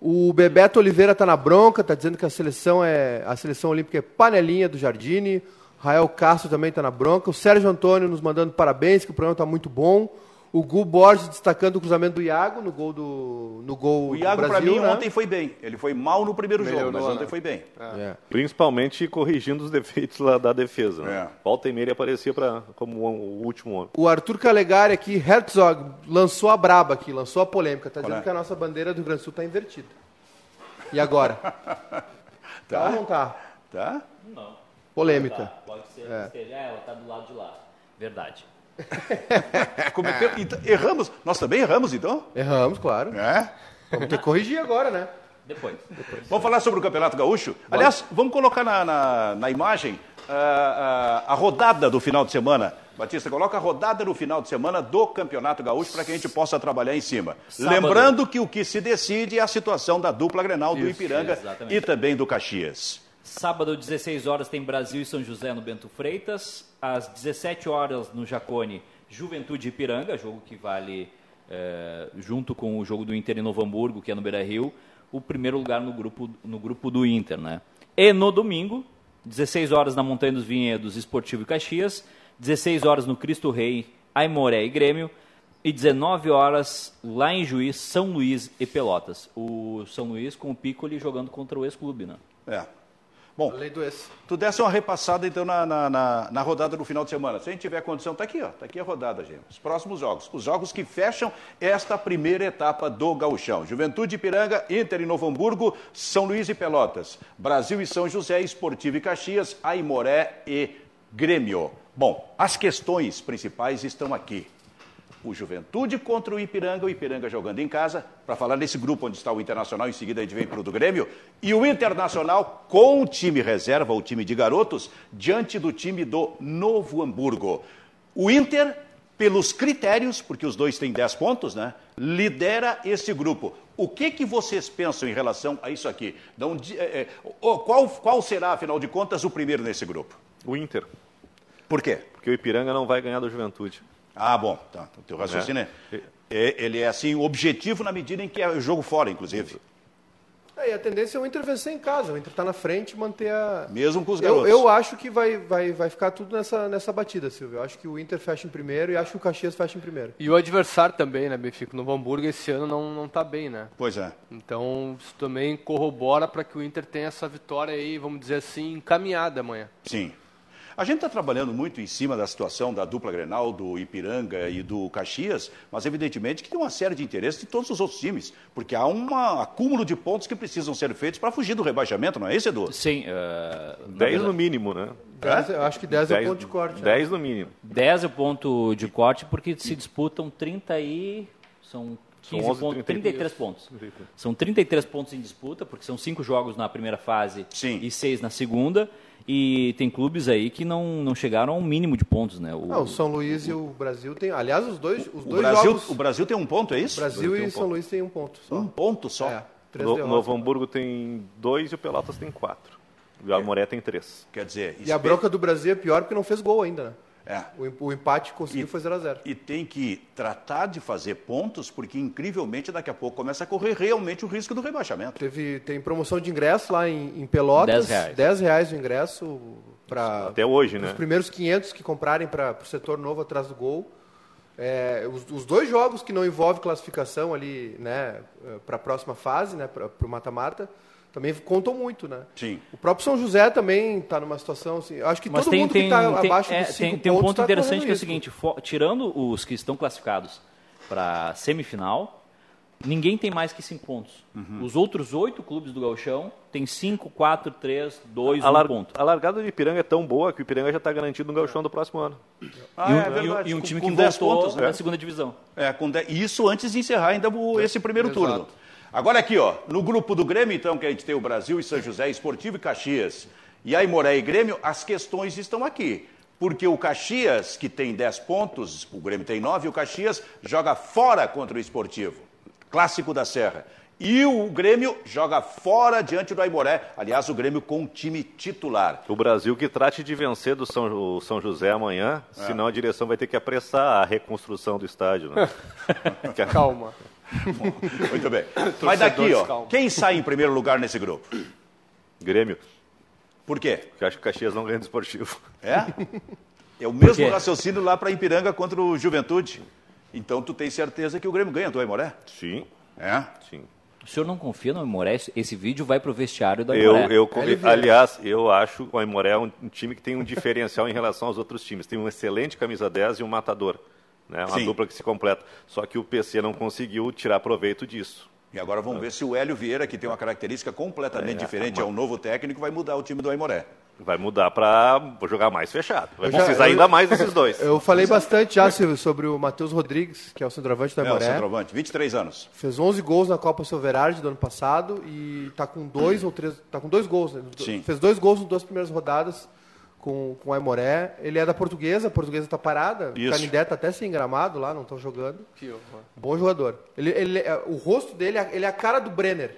Speaker 3: O Bebeto Oliveira tá na bronca, tá dizendo que a seleção é a seleção olímpica é panelinha do Jardine. Rael Castro também tá na bronca. O Sérgio Antônio nos mandando parabéns, que o programa tá muito bom. O Gu Borges destacando o cruzamento do Iago no gol do no gol
Speaker 1: O
Speaker 3: do
Speaker 1: Iago, para
Speaker 3: Brasil,
Speaker 1: mim,
Speaker 3: né?
Speaker 1: ontem foi bem. Ele foi mal no primeiro jogo,
Speaker 4: Melhorou,
Speaker 1: mas ontem
Speaker 4: né?
Speaker 1: foi bem.
Speaker 3: É.
Speaker 5: Principalmente corrigindo os defeitos lá da defesa.
Speaker 1: É.
Speaker 5: Né? Volta e meia ele aparecia pra, como o último homem.
Speaker 3: O Arthur Calegari aqui, Herzog, lançou a braba aqui, lançou a polêmica. Tá
Speaker 1: Qual
Speaker 3: dizendo
Speaker 1: é?
Speaker 3: que a nossa bandeira do Rio Grande do Sul tá invertida. E agora? tá ou não tá?
Speaker 1: Tá?
Speaker 2: Não.
Speaker 3: Polêmica.
Speaker 2: Tá, pode ser que esteja. É, ela tá do lado de lá. Verdade.
Speaker 3: É,
Speaker 1: Cometeu- então, erramos. Nós também erramos, então?
Speaker 3: Erramos, claro.
Speaker 1: É.
Speaker 3: Vamos ter que corrigir agora, né?
Speaker 2: Depois.
Speaker 1: Vamos falar sobre o Campeonato Gaúcho? Aliás, vamos colocar na, na- na imagem ah, ah, a rodada do final de semana. Batista, coloca a rodada do final de semana do Campeonato Gaúcho para que a gente possa trabalhar em cima.
Speaker 2: Sábado.
Speaker 1: Lembrando que o que se decide é a situação da dupla Grenal do Ipiranga
Speaker 2: exatamente.
Speaker 1: e também do Caxias.
Speaker 2: Sábado, 16 horas, tem Brasil e São José no Bento Freitas. Às 17 horas, no Jacone, Juventude e Ipiranga, jogo que vale, eh, junto com o jogo do Inter em Novo Hamburgo, que é no Beira Rio, o primeiro lugar no grupo, no grupo do Inter. Né? E no domingo, 16 horas na Montanha dos Vinhedos, Esportivo e Caxias. 16 horas no Cristo Rei, Aimoré e Grêmio. E 19 horas lá em Juiz, São Luís e Pelotas. O São Luís com o Piccoli jogando contra o ex-clube, né?
Speaker 1: É. Bom,
Speaker 4: Lei do ex.
Speaker 1: tu desse uma repassada então na, na, na- na rodada do final de semana. Se a gente tiver condição, tá aqui, ó. Tá aqui a rodada, gente. Os próximos jogos. Os jogos que fecham esta primeira etapa do Gauchão. Juventude e Piranga, Inter e Novo Hamburgo, São Luís e Pelotas. Brasil e São José, Esportivo e Caxias, Aimoré e Grêmio. Bom, as questões principais estão aqui. O Juventude contra o Ipiranga, o Ipiranga jogando em casa, para falar desse grupo onde está o Internacional, em seguida a gente vem para o do Grêmio, e o Internacional com o time reserva, o time de garotos, diante do time do Novo Hamburgo. O Inter, pelos critérios, porque os dois têm 10 pontos, né? Lidera esse grupo. O que, que vocês pensam em relação a isso aqui? Da onde- é, é, o- qual, qual será, afinal de contas, o primeiro nesse grupo?
Speaker 5: O Inter.
Speaker 1: Por quê?
Speaker 5: Porque o Ipiranga não vai ganhar da juventude.
Speaker 1: Ah, bom. Tá. O teu raciocínio é. é- Ele é assim, objetivo na medida em que é jogo fora, inclusive.
Speaker 3: É, e a tendência é o Inter vencer em casa. O Inter tá na frente e manter a.
Speaker 1: Mesmo com os
Speaker 3: Eu,
Speaker 1: garotos.
Speaker 3: eu acho que vai, vai, vai ficar tudo nessa, nessa batida, Silvio. Eu acho que o Inter fecha em primeiro e acho que o Caxias fecha em primeiro.
Speaker 1: É?
Speaker 4: E o adversário também, né, Benfica? No Hamburgo esse ano não, não tá bem, né?
Speaker 1: Pois é.
Speaker 4: Então isso também corrobora para que o Inter tenha essa vitória aí, vamos dizer assim, encaminhada amanhã.
Speaker 1: Sim. A gente está trabalhando muito em cima da situação da dupla Grenal, do Ipiranga e do Caxias, mas evidentemente que tem uma série de interesses de todos os outros times, porque há um acúmulo de pontos que precisam ser feitos para fugir do rebaixamento, não é isso, Edu?
Speaker 2: Sim, eh, na
Speaker 5: 10
Speaker 2: verdade-
Speaker 5: no mínimo, né?
Speaker 3: Dez- eu acho que 10 é o
Speaker 5: Dez-
Speaker 3: ponto de corte. né?
Speaker 5: 10 no mínimo.
Speaker 2: 10 é o ponto de corte, porque se disputam 30 e. São 15
Speaker 5: 11,
Speaker 2: pontos, 33
Speaker 5: 33
Speaker 2: pontos. São 33 pontos em disputa, porque são cinco jogos na primeira fase
Speaker 1: Sim.
Speaker 2: e seis na segunda. E tem clubes aí que não, não chegaram ao mínimo de pontos, né? O,
Speaker 3: Ah, o São Luís e o Brasil têm. Aliás, os dois, os
Speaker 1: O
Speaker 3: dois
Speaker 1: Brasil,
Speaker 3: jogos.
Speaker 1: o Brasil tem um ponto, é isso?
Speaker 3: Brasil e São Luís têm um ponto. Só.
Speaker 1: Um ponto só.
Speaker 3: É, três
Speaker 5: No,
Speaker 3: derrotas.
Speaker 5: Novo Hamburgo tem 2 e o Pelotas tem 4. E o Amoré tem 3.
Speaker 1: Quer dizer,
Speaker 3: E a
Speaker 1: espe-
Speaker 3: bronca do Brasil é pior porque não fez gol ainda, né?
Speaker 1: É.
Speaker 3: O, em- o empate conseguiu
Speaker 1: E-
Speaker 3: foi 0x0.
Speaker 1: E tem que tratar de fazer pontos, porque incrivelmente daqui a pouco começa a correr realmente o risco do rebaixamento.
Speaker 3: Teve, tem promoção de ingresso lá em, em Pelotas.
Speaker 2: 10 reais.
Speaker 3: 10 reais o ingresso para
Speaker 5: Até hoje,
Speaker 3: os
Speaker 5: né?
Speaker 3: primeiros 500 que comprarem para o setor novo atrás do gol. É, os, os dois jogos que não envolvem classificação ali, né, para a próxima fase, né, para o mata-mata, também contam muito, né?
Speaker 1: Sim.
Speaker 3: O próprio São José também está numa situação assim. eu Acho que
Speaker 2: Mas
Speaker 3: todo
Speaker 2: tem,
Speaker 3: mundo
Speaker 2: tem,
Speaker 3: que está
Speaker 2: tem,
Speaker 3: abaixo
Speaker 2: é,
Speaker 3: dos cinco
Speaker 2: tem, tem um
Speaker 3: pontos
Speaker 2: ponto
Speaker 3: tá correndo
Speaker 2: interessante que é o
Speaker 3: risco.
Speaker 2: seguinte: fo- tirando os que estão classificados para semifinal, ninguém tem mais que cinco pontos.
Speaker 3: Uhum.
Speaker 2: Os outros oito clubes do Gauchão têm cinco, quatro, três, dois,
Speaker 5: A,
Speaker 2: um
Speaker 5: lar-
Speaker 2: ponto.
Speaker 5: a largada do Ipiranga é tão boa que o Ipiranga já está garantido no gauchão do próximo ano.
Speaker 1: Ah,
Speaker 2: e, um,
Speaker 1: é
Speaker 2: e um-
Speaker 1: verdade,
Speaker 2: e um
Speaker 1: com-
Speaker 2: time
Speaker 1: com
Speaker 2: que
Speaker 1: 10
Speaker 2: voltou
Speaker 1: pontos,
Speaker 2: da
Speaker 1: né?
Speaker 2: segunda divisão.
Speaker 1: É, com de- Isso antes de encerrar ainda o- esse primeiro
Speaker 4: É, Exato.
Speaker 1: turno. Agora aqui, ó, no grupo do Grêmio, então, que a gente tem o Brasil e São José, Esportivo e Caxias. E aí, Moré e Grêmio, as questões estão aqui. Porque o Caxias, que tem 10 pontos, o Grêmio tem 9, o Caxias joga fora contra o Esportivo. Clássico da Serra. E o Grêmio joga fora diante do Aimoré. Aliás, o Grêmio com um time titular.
Speaker 5: O Brasil que trate de vencer do São, o São José amanhã,
Speaker 3: É.
Speaker 5: senão a direção vai ter que apressar a reconstrução do estádio. Né? Que a-
Speaker 4: Calma.
Speaker 1: Muito bem. Mas daqui, ó,
Speaker 4: calma.
Speaker 1: quem sai em primeiro lugar nesse grupo?
Speaker 5: Grêmio,
Speaker 1: Por quê?
Speaker 5: que eu acho que o Caxias não ganha do esportivo.
Speaker 1: É? É o mesmo
Speaker 2: quê?
Speaker 1: raciocínio lá para Ipiranga contra o Juventude. Então tu tem certeza que o Grêmio ganha do Aimoré?
Speaker 5: Sim,
Speaker 1: É.
Speaker 5: sim.
Speaker 2: O senhor não confia no Aimoré? Esse- Esse vídeo vai pro vestiário do
Speaker 5: Eu,
Speaker 2: Aimoré.
Speaker 5: eu convi- aliás, eu acho o Aimoré um um time que tem um diferencial em relação aos outros times. Tem um excelente camisa 10 e um matador. Né? Uma
Speaker 1: Sim.
Speaker 5: dupla que se completa. Só que o PC não conseguiu tirar proveito disso.
Speaker 1: E agora vamos ver se o Hélio Vieira, que tem uma característica completamente
Speaker 3: tá
Speaker 1: diferente, é um novo técnico, vai mudar o time do Aimoré.
Speaker 5: Vai mudar para jogar mais fechado. Vai
Speaker 3: Eu já-
Speaker 5: precisar
Speaker 3: eu-
Speaker 5: ainda mais desses dois.
Speaker 3: Eu falei bastante já, Silvio, sobre o Matheus Rodrigues, que é o centroavante da
Speaker 1: É, o
Speaker 3: Moré.
Speaker 1: centroavante, 23 anos.
Speaker 3: Fez 11 gols na Copa Silverard do ano passado e tá com dois ou três, tá com dois gols, né? Do-
Speaker 1: Sim.
Speaker 3: Fez dois gols nas duas primeiras rodadas com com o Aimoré. Ele é da Portuguesa, a Portuguesa tá parada.
Speaker 1: Isso.
Speaker 3: O Canindé tá até sem gramado lá, não estão jogando.
Speaker 4: Que horror.
Speaker 3: Bom jogador. Ele, ele é- o rosto dele, é- ele é a cara do Brenner,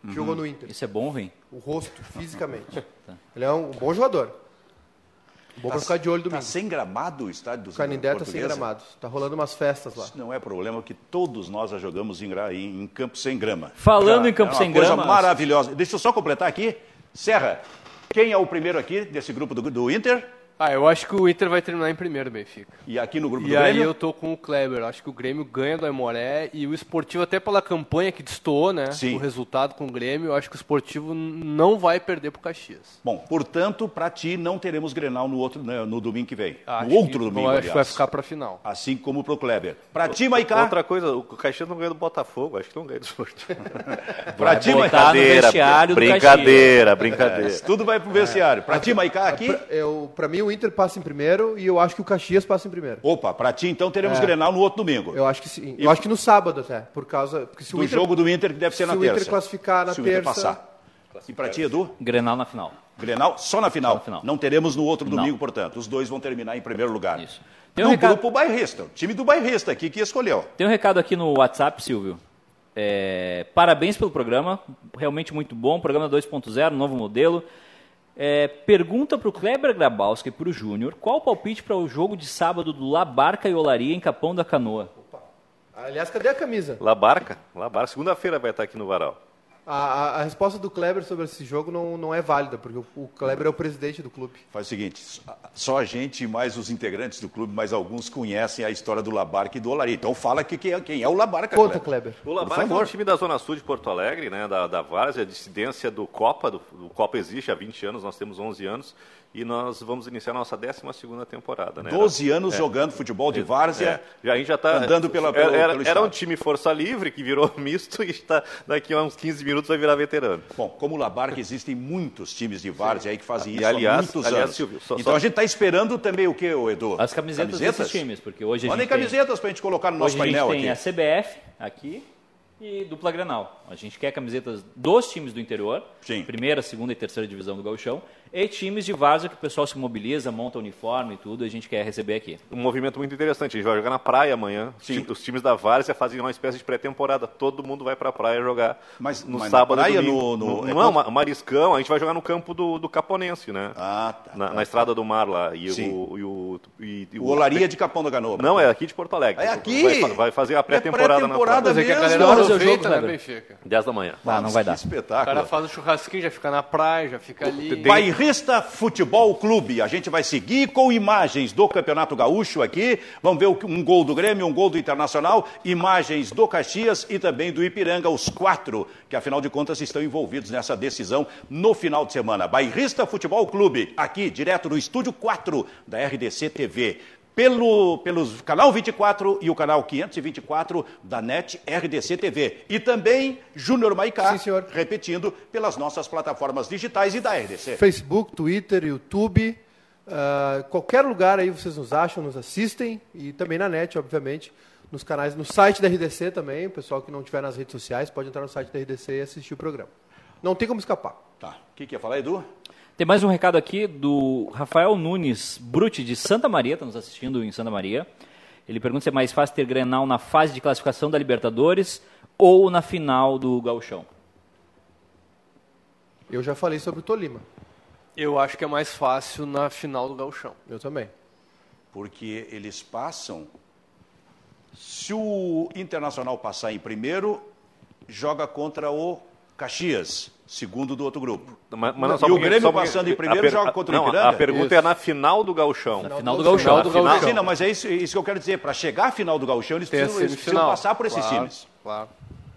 Speaker 3: que
Speaker 1: Uhum.
Speaker 3: jogou no Inter.
Speaker 2: Isso é bom, ruim?
Speaker 3: O rosto fisicamente. Ele é um bom jogador. Bom pra ficar de olho
Speaker 1: Tá
Speaker 3: domingo.
Speaker 1: sem gramado o estádio
Speaker 3: O
Speaker 1: do
Speaker 3: Canindé tá sem
Speaker 1: Portuguesa?
Speaker 3: gramado. Tá rolando umas festas lá.
Speaker 1: Isso não é problema que todos nós já jogamos em, gra- em- em campo sem grama.
Speaker 2: Falando em
Speaker 1: é
Speaker 2: campo
Speaker 1: uma
Speaker 2: sem
Speaker 1: coisa
Speaker 2: grama,
Speaker 1: maravilhosa. Deixa eu só completar aqui. Serra, quem é o primeiro aqui desse grupo do, do Inter?
Speaker 4: Ah, eu acho que o Inter vai terminar em primeiro, Benfica.
Speaker 1: E aqui no grupo
Speaker 4: E
Speaker 1: do
Speaker 4: aí
Speaker 1: Grêmio?
Speaker 4: eu tô com o Kleber. Acho que o Grêmio ganha do Aimoré e o Esportivo, até pela campanha que destoou, né?
Speaker 1: Sim.
Speaker 4: O resultado com o Grêmio, eu acho que o Esportivo n- não vai perder pro Caxias.
Speaker 1: Bom, portanto, para ti não teremos Grenal no outro né, no domingo que vem.
Speaker 3: Ah,
Speaker 4: Acho
Speaker 1: no outro
Speaker 4: que,
Speaker 1: domingo,
Speaker 4: acho
Speaker 1: aliás.
Speaker 4: que vai ficar pra final.
Speaker 1: Assim como pro Kleber. Para ti, Maicá,
Speaker 5: Outra coisa, o Caxias não ganha do Botafogo, acho que não ganha do esporte.
Speaker 1: para ti, Maicá.
Speaker 2: botar no vestiário do
Speaker 5: brincadeira,
Speaker 1: É,
Speaker 5: brincadeira.
Speaker 1: isso tudo vai pro vestiário. Para ti, Maicá, aqui.
Speaker 3: É. Pra, eu, pra mim, o Inter passa em primeiro e eu acho que o Caxias passa em primeiro.
Speaker 1: Opa, para ti então teremos Grenal no outro domingo.
Speaker 3: É. Eu acho que sim. Eu acho que no sábado até, por causa. Porque se
Speaker 1: Do
Speaker 3: o Inter,
Speaker 1: jogo do Inter que deve ser
Speaker 3: se
Speaker 1: na
Speaker 3: o
Speaker 1: terça.
Speaker 3: Inter classificar na
Speaker 1: se o Inter
Speaker 3: terça.
Speaker 1: passar. E para ti, Edu?
Speaker 2: Grenal na final.
Speaker 1: Grenal só na final.
Speaker 2: Só na final.
Speaker 1: Não teremos no outro
Speaker 2: Não.
Speaker 1: domingo, portanto. Os dois vão terminar em primeiro lugar.
Speaker 2: Isso. Tem
Speaker 1: No
Speaker 2: um recado-
Speaker 1: grupo bairrista, o time do bairrista aqui que escolheu.
Speaker 2: Tem um recado aqui no WhatsApp, Silvio. É, parabéns pelo programa, realmente muito bom. Programa 2.0, novo modelo. É, pergunta para o Kleber Grabowski e para o Júnior: qual o palpite para o jogo de sábado do Labarca e Olaria em Capão da Canoa?
Speaker 3: Aliás, cadê a camisa?
Speaker 5: Labarca, Labarca. Segunda-feira vai estar aqui no Varal.
Speaker 3: A, a- a resposta do Kleber sobre esse jogo não, não é válida, porque o, o Kleber é o presidente do clube.
Speaker 1: Faz o seguinte, só- só a gente e mais os integrantes do clube, mais alguns conhecem a história do Labarca e do Olari. Então fala que quem é, quem é o Labarca,
Speaker 3: Conta,
Speaker 1: Kleber.
Speaker 3: Kleber.
Speaker 5: O
Speaker 1: Por
Speaker 5: Labarca é
Speaker 1: favor.
Speaker 5: um time da Zona Sul de Porto Alegre, né, da, da Várzea, dissidência do Copa, do, do Copa existe há 20 anos, nós temos 11 anos, e nós vamos iniciar a nossa 12ª temporada. Né?
Speaker 1: 12
Speaker 2: É.
Speaker 1: anos jogando futebol de várzea.
Speaker 5: É, já a gente já está
Speaker 1: Andando pela- pelo-
Speaker 5: era,
Speaker 1: pelo
Speaker 5: era um
Speaker 1: estado.
Speaker 5: time força livre que virou misto e está daqui a uns 15 minutos vai virar veterano.
Speaker 2: É.
Speaker 1: Bom, como o Labarca, existem muitos times de várzea aí que fazem
Speaker 5: E,
Speaker 1: isso há
Speaker 5: aliás,
Speaker 1: muitos
Speaker 5: aliás,
Speaker 1: anos.
Speaker 5: Silvio, só-
Speaker 1: então
Speaker 5: só-
Speaker 1: a gente está esperando também o que, Edu?
Speaker 2: As camisetas, desses times, porque hoje a
Speaker 1: Mandem
Speaker 2: gente tem-
Speaker 1: camisetas para a gente colocar no nosso
Speaker 2: Hoje a gente
Speaker 1: painel
Speaker 2: tem
Speaker 1: aqui.
Speaker 2: a CBF aqui e dupla Grenal. A gente quer camisetas dos times do interior,
Speaker 1: Sim.
Speaker 2: primeira, segunda e terceira divisão do Gauchão, e times de várzea que o pessoal se mobiliza, monta uniforme e tudo, a gente quer receber aqui.
Speaker 5: Um movimento muito interessante. A gente vai jogar na praia amanhã. Os
Speaker 1: Sim.
Speaker 5: ti- Os times da Várzea fazem uma espécie de pré-temporada. Todo mundo vai pra praia jogar
Speaker 1: Mas-
Speaker 5: no
Speaker 1: mas na
Speaker 5: sábado.
Speaker 1: praia, no-
Speaker 5: domingo.
Speaker 1: no-
Speaker 5: Não,
Speaker 1: é quanto-
Speaker 5: não, ma- Mariscão. A gente vai jogar no campo do, do Caponense, né?
Speaker 1: Ah, tá.
Speaker 5: na, na estrada do mar lá. E
Speaker 1: Sim.
Speaker 5: o. E o, e- e
Speaker 1: O Olaria de Capão da Canoa.
Speaker 5: Não, é aqui de Porto Alegre.
Speaker 1: É aqui?
Speaker 5: Vai, fa- vai fazer a pré-temporada na
Speaker 1: pré-temporada
Speaker 5: praia.
Speaker 4: Mas é que a
Speaker 1: mesmo?
Speaker 4: galera
Speaker 2: Horas é o jogo,
Speaker 4: aproveita, né,
Speaker 2: Kleber?
Speaker 4: Benfica?
Speaker 5: 10 da manhã.
Speaker 2: Ah, não vai
Speaker 1: Que
Speaker 2: dar.
Speaker 4: O cara
Speaker 1: espetáculo.
Speaker 4: faz o churrasquinho, já fica na praia, já fica ali.
Speaker 1: Bairrista Futebol Clube. A gente vai seguir com imagens do Campeonato Gaúcho aqui. Vamos ver o que- um gol do Grêmio, um gol do Internacional, imagens do Caxias e também do Ipiranga, os quatro, que afinal de contas estão envolvidos nessa decisão no final de semana. Bairrista Futebol Clube, aqui direto no estúdio 4 da RDC TV. Pelo pelos canal 24 e o canal 524 da NET RDC TV. E também Júnior Maicá,
Speaker 3: Sim, senhor.
Speaker 1: repetindo, pelas nossas plataformas digitais e da RDC.
Speaker 3: Facebook, Twitter, YouTube, ah, qualquer lugar aí vocês nos acham, nos assistem e também na net, obviamente, nos canais, no site da RDC também. O pessoal que não tiver nas redes sociais pode entrar no site da RDC e assistir o programa. Não tem como escapar.
Speaker 1: Tá. O que, que ia falar, Edu?
Speaker 2: Tem mais um recado aqui do Rafael Nunes Brute, de Santa Maria, está nos assistindo em Santa Maria. Ele pergunta se é mais fácil ter Grenal na fase de classificação da Libertadores ou na final do Gauchão.
Speaker 3: Eu já falei sobre o Tolima,
Speaker 4: Eu acho que é mais fácil na final do Gauchão.
Speaker 3: eu também.
Speaker 1: Porque eles passam. Se o Internacional passar em primeiro, joga contra o Caxias, segundo do outro grupo.
Speaker 5: Mas, mas não,
Speaker 1: E o
Speaker 5: um pouquinho,
Speaker 1: Grêmio
Speaker 5: um pouquinho.
Speaker 1: passando em
Speaker 5: A
Speaker 1: primeiro
Speaker 5: per-
Speaker 1: joga contra o
Speaker 5: não,
Speaker 1: Ipiranga?
Speaker 5: A pergunta é na final do Gauchão.
Speaker 2: Final do
Speaker 4: Final
Speaker 2: Gauchão.
Speaker 4: do
Speaker 5: Final.
Speaker 4: Gauchão.
Speaker 1: Sim, não, mas é isso, isso que eu quero dizer. Para chegar à final do Gauchão, eles
Speaker 4: Tem a
Speaker 1: precisam, eles precisam
Speaker 4: semifinal.
Speaker 1: passar por esses
Speaker 4: Claro,
Speaker 1: times.
Speaker 4: Claro.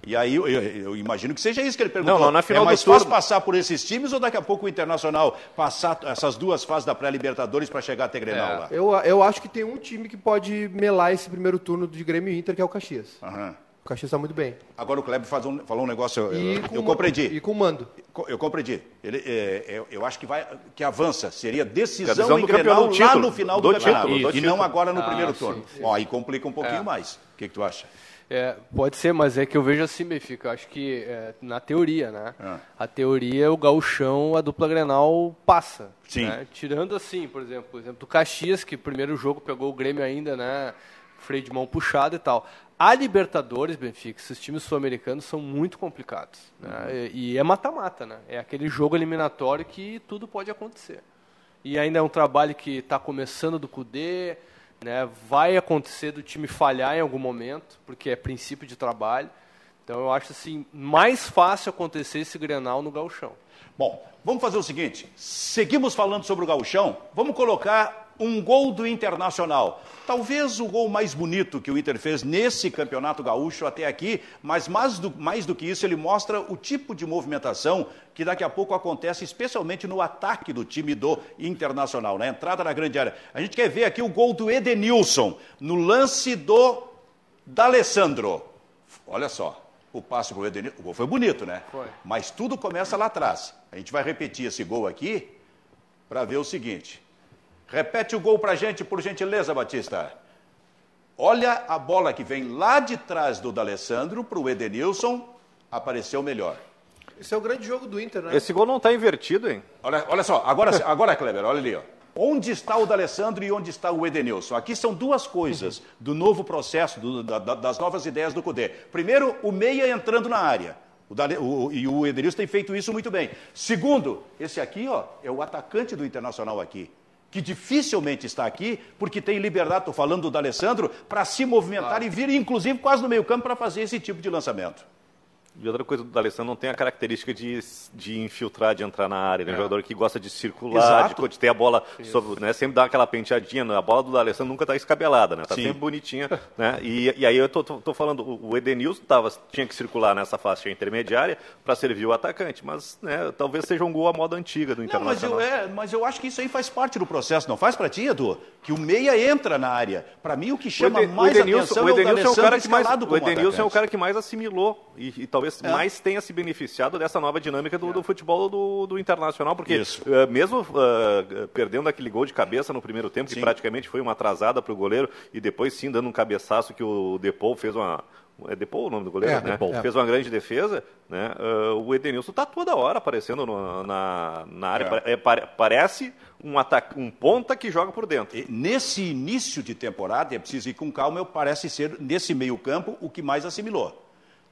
Speaker 1: E aí, eu, eu- eu imagino que seja isso que ele perguntou.
Speaker 5: Não, não, na final
Speaker 1: é mais
Speaker 5: do
Speaker 1: fácil
Speaker 5: turno.
Speaker 1: passar por esses times ou daqui a pouco o Internacional passar essas duas fases da pré-Libertadores para chegar até Grenal lá?
Speaker 3: Eu, eu acho que tem um time que pode melar esse primeiro turno de Grêmio e Inter, que é o Caxias.
Speaker 1: Aham.
Speaker 3: O Caxias está muito bem.
Speaker 1: Agora o Kleber faz um- falou um negócio, eu,
Speaker 3: E
Speaker 1: eu-
Speaker 3: com-
Speaker 1: eu compreendi.
Speaker 3: E com o Mando.
Speaker 1: Co- Eu compreendi. Ele, é, é, eu acho que vai, que avança. Seria decisão,
Speaker 5: Decisão
Speaker 1: em
Speaker 5: do
Speaker 1: Grenal
Speaker 5: campeão,
Speaker 1: lá
Speaker 5: do título,
Speaker 1: no final do,
Speaker 5: do
Speaker 1: campeonato.
Speaker 5: título, do
Speaker 1: e
Speaker 5: título.
Speaker 1: não agora
Speaker 3: Ah,
Speaker 1: no primeiro
Speaker 4: sim,
Speaker 1: turno. Ó, aí complica um
Speaker 3: É.
Speaker 1: pouquinho mais. O que, que tu acha?
Speaker 4: É, pode ser, mas é que eu vejo assim, Benfica. Eu acho que, é, na teoria, né?
Speaker 1: Ah.
Speaker 4: A teoria, o gauchão, a dupla Grenal passa.
Speaker 1: Sim.
Speaker 4: né? Tirando assim, por exemplo, por exemplo, do Caxias, que primeiro jogo pegou o Grêmio ainda, né? Freio de mão puxado e tal. A Libertadores, Benfica, esses times sul-americanos são muito complicados. né? E, e é mata-mata, né? É aquele jogo eliminatório que tudo pode acontecer. E ainda é um trabalho que está começando do Cudê, né? vai acontecer do time falhar em algum momento, porque é princípio de trabalho. Então eu acho assim, mais fácil acontecer esse Grenal no Gauchão.
Speaker 1: Bom, vamos fazer o seguinte: seguimos falando sobre o Gauchão, vamos colocar um gol do Internacional. Talvez o gol mais bonito que o Inter fez nesse campeonato gaúcho até aqui, mas mais do, mais do que isso, ele mostra o tipo de movimentação que daqui a pouco acontece, especialmente no ataque do time do Internacional, na entrada na grande área. A gente quer ver aqui o gol do Edenilson, no lance do D'Alessandro. Olha só. O passe para o Edenilson. O gol foi bonito, né?
Speaker 4: Foi.
Speaker 1: Mas tudo começa lá atrás. A gente vai repetir esse gol aqui para ver o seguinte. Repete o gol para gente, por gentileza, Batista. Olha a bola que vem lá de trás do D'Alessandro para o Edenilson. Apareceu melhor.
Speaker 3: Esse é o grande jogo do Inter, né?
Speaker 5: Esse gol não tá invertido, hein?
Speaker 1: Olha, olha só, agora, agora Kleber, olha ali. Ó. Onde está o D'Alessandro e onde está o Edenilson? Aqui são duas coisas do novo processo, do- da- da- das novas ideias do Cudê. Primeiro, o meia entrando na área. O Dale- o- o- e o Edenilson tem feito isso muito bem. Segundo, esse aqui ó, é o atacante do Internacional aqui, que dificilmente está aqui, porque tem liberdade, estou falando do D'Alessandro, para se movimentar e vir, inclusive, quase no meio campo para fazer esse tipo de lançamento.
Speaker 5: E outra coisa, o Alessandro não tem a característica de, de infiltrar, de entrar na área. Ele é um jogador que gosta de circular,
Speaker 1: Exato.
Speaker 5: de, de ter a bola sobre, né, sempre dá aquela penteadinha. né? A bola do Alessandro nunca está escabelada, né? Tá
Speaker 1: Sim.
Speaker 5: sempre bonitinha, né? E, e aí eu tô, tô- tô falando, o o Edenilson tava, tinha que circular nessa faixa intermediária para servir o atacante, mas né, talvez seja um gol à moda antiga do
Speaker 1: Não, mas
Speaker 5: Internacional.
Speaker 1: eu, é, mas eu acho que isso aí faz parte do processo, não faz pra ti, Edu? Que o meia entra na área. Pra mim, o que chama mais atenção
Speaker 5: o Edenilson um
Speaker 1: é o
Speaker 5: cara que mais,
Speaker 1: escalado
Speaker 5: o
Speaker 1: como
Speaker 5: Edenilson é o
Speaker 1: atacante. É.
Speaker 5: cara que mais assimilou e, e talvez mais tenha se beneficiado dessa nova dinâmica do, do futebol do, do Internacional, porque
Speaker 1: Isso.
Speaker 5: eh, mesmo eh, perdendo aquele gol de cabeça no primeiro tempo,
Speaker 1: Sim.
Speaker 5: que praticamente foi uma atrasada para o goleiro, e depois sim dando um cabeçaço que o Depou fez uma... É Depou o nome do goleiro,
Speaker 3: É,
Speaker 5: né?
Speaker 3: Depou.
Speaker 5: Fez uma grande defesa, né? Eh, o Edenilson tá toda hora aparecendo no- na, na área.
Speaker 1: É.
Speaker 5: Pare- é, pare- parece um, ataque, um ponta que joga por dentro.
Speaker 1: E Nesse início de temporada, é preciso ir com calma, eu parece ser, nesse meio campo, o que mais assimilou.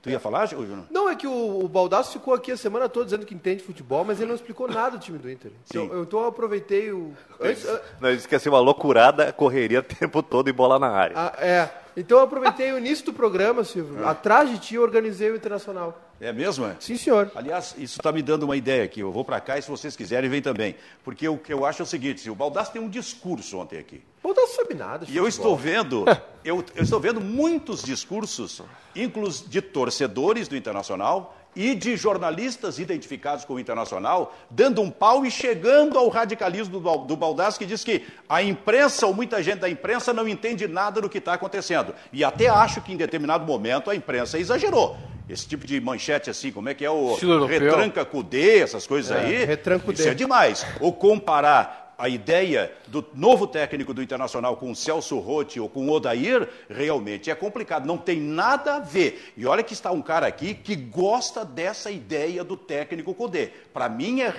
Speaker 1: Tu ia falar, Ju- Júnior?
Speaker 3: Não, é que o, o Baldasso ficou aqui a semana toda dizendo que entende futebol, mas ele não explicou nada do time do Inter. Então,
Speaker 1: Sim.
Speaker 3: eu, então eu aproveitei o. antes- a-
Speaker 5: Não, ele esqueceu uma loucurada, correria o tempo todo e bola na área.
Speaker 3: a- é. Então eu aproveitei o início do programa, Silvio.
Speaker 1: Ah.
Speaker 3: Atrás de ti eu organizei o Internacional.
Speaker 1: É mesmo? é?
Speaker 3: Sim, senhor.
Speaker 1: Aliás, isso está me dando uma ideia aqui. Eu vou para cá e se vocês quiserem, vem também. Porque o que eu acho é o seguinte, o Baldassi tem um discurso ontem aqui.
Speaker 3: Baldasso sabe nada. de
Speaker 1: E eu estou
Speaker 3: futebol.
Speaker 1: vendo, eu, eu estou vendo muitos discursos, inclus de torcedores do Internacional e de jornalistas identificados com o Internacional, dando um pau e chegando ao radicalismo do, Bal- do Baldassi, que diz que a imprensa, ou muita gente da imprensa, não entende nada do que está acontecendo. E até acho que em determinado momento a imprensa exagerou. Esse tipo de manchete assim, como é que é o
Speaker 4: Estilo europeu.
Speaker 1: retranca cudê, essas coisas aí.
Speaker 3: retranca
Speaker 1: isso
Speaker 3: Cudê.
Speaker 1: é demais. Ou comparar a ideia do novo técnico do Internacional com o Celso Rotti ou com o Odair, realmente é complicado. Não tem nada a ver. E olha que está um cara aqui que gosta dessa ideia do técnico Cudê. Para mim é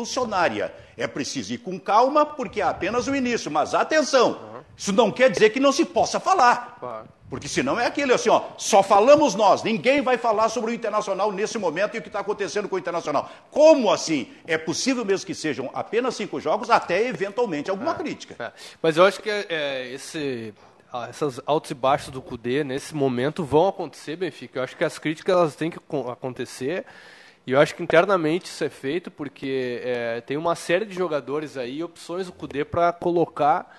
Speaker 1: revolucionária. É preciso ir com calma, porque é apenas o início. Mas atenção, isso não quer dizer que não se possa falar. Porque senão é aquele assim, ó, só falamos nós, ninguém vai falar sobre o Internacional nesse momento e o que está acontecendo com o Internacional. Como assim? É possível mesmo que sejam apenas cinco jogos, até eventualmente alguma crítica.
Speaker 4: É, Mas eu acho que é, esse, ah, essas altos e baixos do Cudê nesse momento vão acontecer, Benfica. Eu acho que as críticas elas têm que co- acontecer. E eu acho que internamente isso é feito porque é, tem uma série de jogadores aí, opções do Cudê para colocar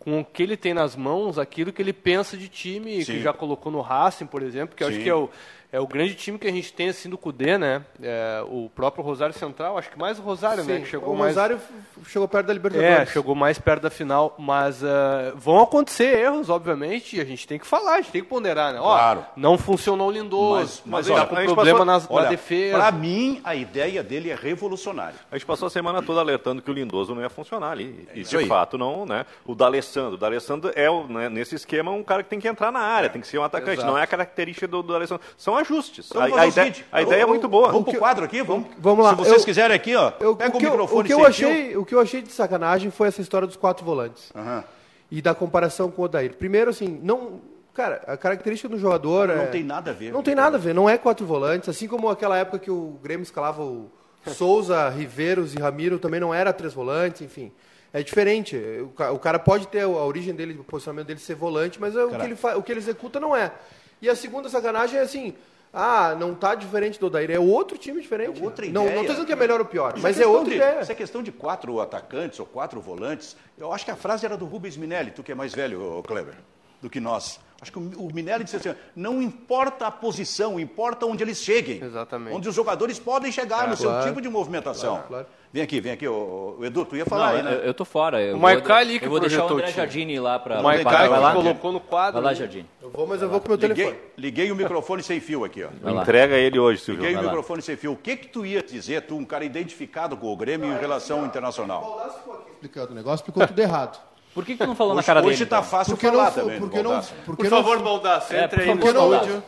Speaker 4: com o que ele tem nas mãos, aquilo que ele pensa de time,
Speaker 1: Sim.
Speaker 4: que já colocou no Racing, por exemplo, que eu acho
Speaker 1: Sim.
Speaker 4: que é o, é o grande time que a gente tem assim do Cudê, né? É, o próprio Rosário Central, acho que mais o Rosário, né?
Speaker 3: Sim,
Speaker 4: Que chegou
Speaker 3: o
Speaker 4: mais
Speaker 3: Rosário f- chegou perto da Libertadores.
Speaker 4: é, chegou mais perto da final, mas ah, vão acontecer erros, obviamente, e a gente tem que falar, a gente tem que ponderar, né? Ó,
Speaker 1: Claro.
Speaker 4: não funcionou o Lindoso,
Speaker 1: Mas- mas
Speaker 4: tá
Speaker 1: olha,
Speaker 4: com
Speaker 5: a gente
Speaker 4: problema
Speaker 5: passou-
Speaker 4: nas- na
Speaker 1: Olha,
Speaker 4: defesa.
Speaker 1: para mim, a ideia dele é revolucionária.
Speaker 5: A gente passou a semana toda alertando que o Lindoso não ia funcionar ali. E
Speaker 1: isso
Speaker 5: de
Speaker 1: aí.
Speaker 5: fato não, né? O D'Alessandro. O D'Alessandro é, o, né, nesse esquema, um cara que tem que entrar na área, tem que ser um atacante.
Speaker 4: Exato.
Speaker 5: Não é a característica do, do D'Alessandro. São ajustes.
Speaker 1: Então,
Speaker 5: a,
Speaker 1: vamos
Speaker 5: a
Speaker 1: fazer o
Speaker 5: ideia,
Speaker 1: seguinte,
Speaker 5: a
Speaker 1: eu-
Speaker 5: ideia é
Speaker 1: eu-
Speaker 5: muito boa.
Speaker 1: Vamos para o quadro aqui? Vamos,
Speaker 3: vamos lá,
Speaker 1: Se vocês
Speaker 3: eu-
Speaker 1: quiserem aqui, ó,
Speaker 3: Eu-
Speaker 1: pega o,
Speaker 3: que eu-
Speaker 1: microfone
Speaker 3: o que eu
Speaker 1: sem
Speaker 3: achei, O que eu achei de sacanagem foi essa história dos quatro volantes.
Speaker 1: fio. Aham.
Speaker 3: e da comparação com o Odair. Primeiro, assim, não. Cara, a característica do jogador.
Speaker 1: Não
Speaker 3: é-
Speaker 1: tem nada a ver.
Speaker 3: Não tem nada a ver, não é quatro volantes. Assim como aquela época que o Grêmio escalava o Souza, Riveiros e Ramiro também não era três volantes, enfim. É diferente. O ca- O cara pode ter a origem dele, o posicionamento dele ser volante, mas é o, que ele fa- o que ele executa não é. E a segunda sacanagem é assim.
Speaker 6: Ah, não tá diferente do Odair. É outro time diferente.
Speaker 1: É outra
Speaker 6: Não,
Speaker 1: ideia.
Speaker 6: não tô dizendo que é melhor ou pior,
Speaker 1: Essa
Speaker 6: mas é
Speaker 1: questão
Speaker 6: outra
Speaker 1: de,
Speaker 6: ideia.
Speaker 1: Essa questão de quatro atacantes ou quatro volantes, eu acho que a frase era do Rubens Minelli, tu que é mais velho, ô, Kleber, do que nós. Acho que o o Minelli disse assim: não importa a posição, importa onde eles cheguem.
Speaker 4: Exatamente.
Speaker 1: Onde os jogadores podem chegar no seu
Speaker 6: claro.
Speaker 1: tipo de movimentação.
Speaker 6: claro.
Speaker 1: Vem aqui, vem aqui, ô, ô, Edu, tu ia
Speaker 2: Não, é,
Speaker 1: falar aí, né?
Speaker 2: eu, eu tô fora. Eu
Speaker 4: O
Speaker 2: vou-
Speaker 4: Maicali que
Speaker 2: Eu vou deixar o
Speaker 4: projetou o
Speaker 2: André
Speaker 4: time.
Speaker 2: Jardine ir lá pra...
Speaker 4: O
Speaker 2: pra-
Speaker 4: Maicá
Speaker 2: vai lá,
Speaker 4: que colocou no quadro.
Speaker 2: Vai lá, Jardine.
Speaker 6: Eu vou, mas eu vou com o meu telefone.
Speaker 1: liguei, liguei o microfone sem fio aqui, ó.
Speaker 2: Vai lá.
Speaker 5: Entrega ele hoje, Silvio.
Speaker 1: Liguei o
Speaker 2: vai lá.
Speaker 1: microfone sem fio. O que que tu ia dizer, tu, um cara identificado com o Grêmio em relação ao internacional?
Speaker 3: explicando o negócio, ficou tudo errado.
Speaker 2: Por que que tu não falou na
Speaker 1: Hoje,
Speaker 2: cara dele?
Speaker 1: hoje tá
Speaker 2: então?
Speaker 1: fácil
Speaker 3: Porque
Speaker 1: falar
Speaker 3: não,
Speaker 1: também.
Speaker 3: fu-
Speaker 1: no
Speaker 3: porque não,
Speaker 1: Baldasso.
Speaker 3: porque
Speaker 4: Por
Speaker 3: não
Speaker 4: favor, Baldasso,
Speaker 2: É,
Speaker 4: entra
Speaker 2: por
Speaker 4: aí.
Speaker 2: favor,
Speaker 3: Porque
Speaker 4: no-
Speaker 3: não,
Speaker 2: Baldasso.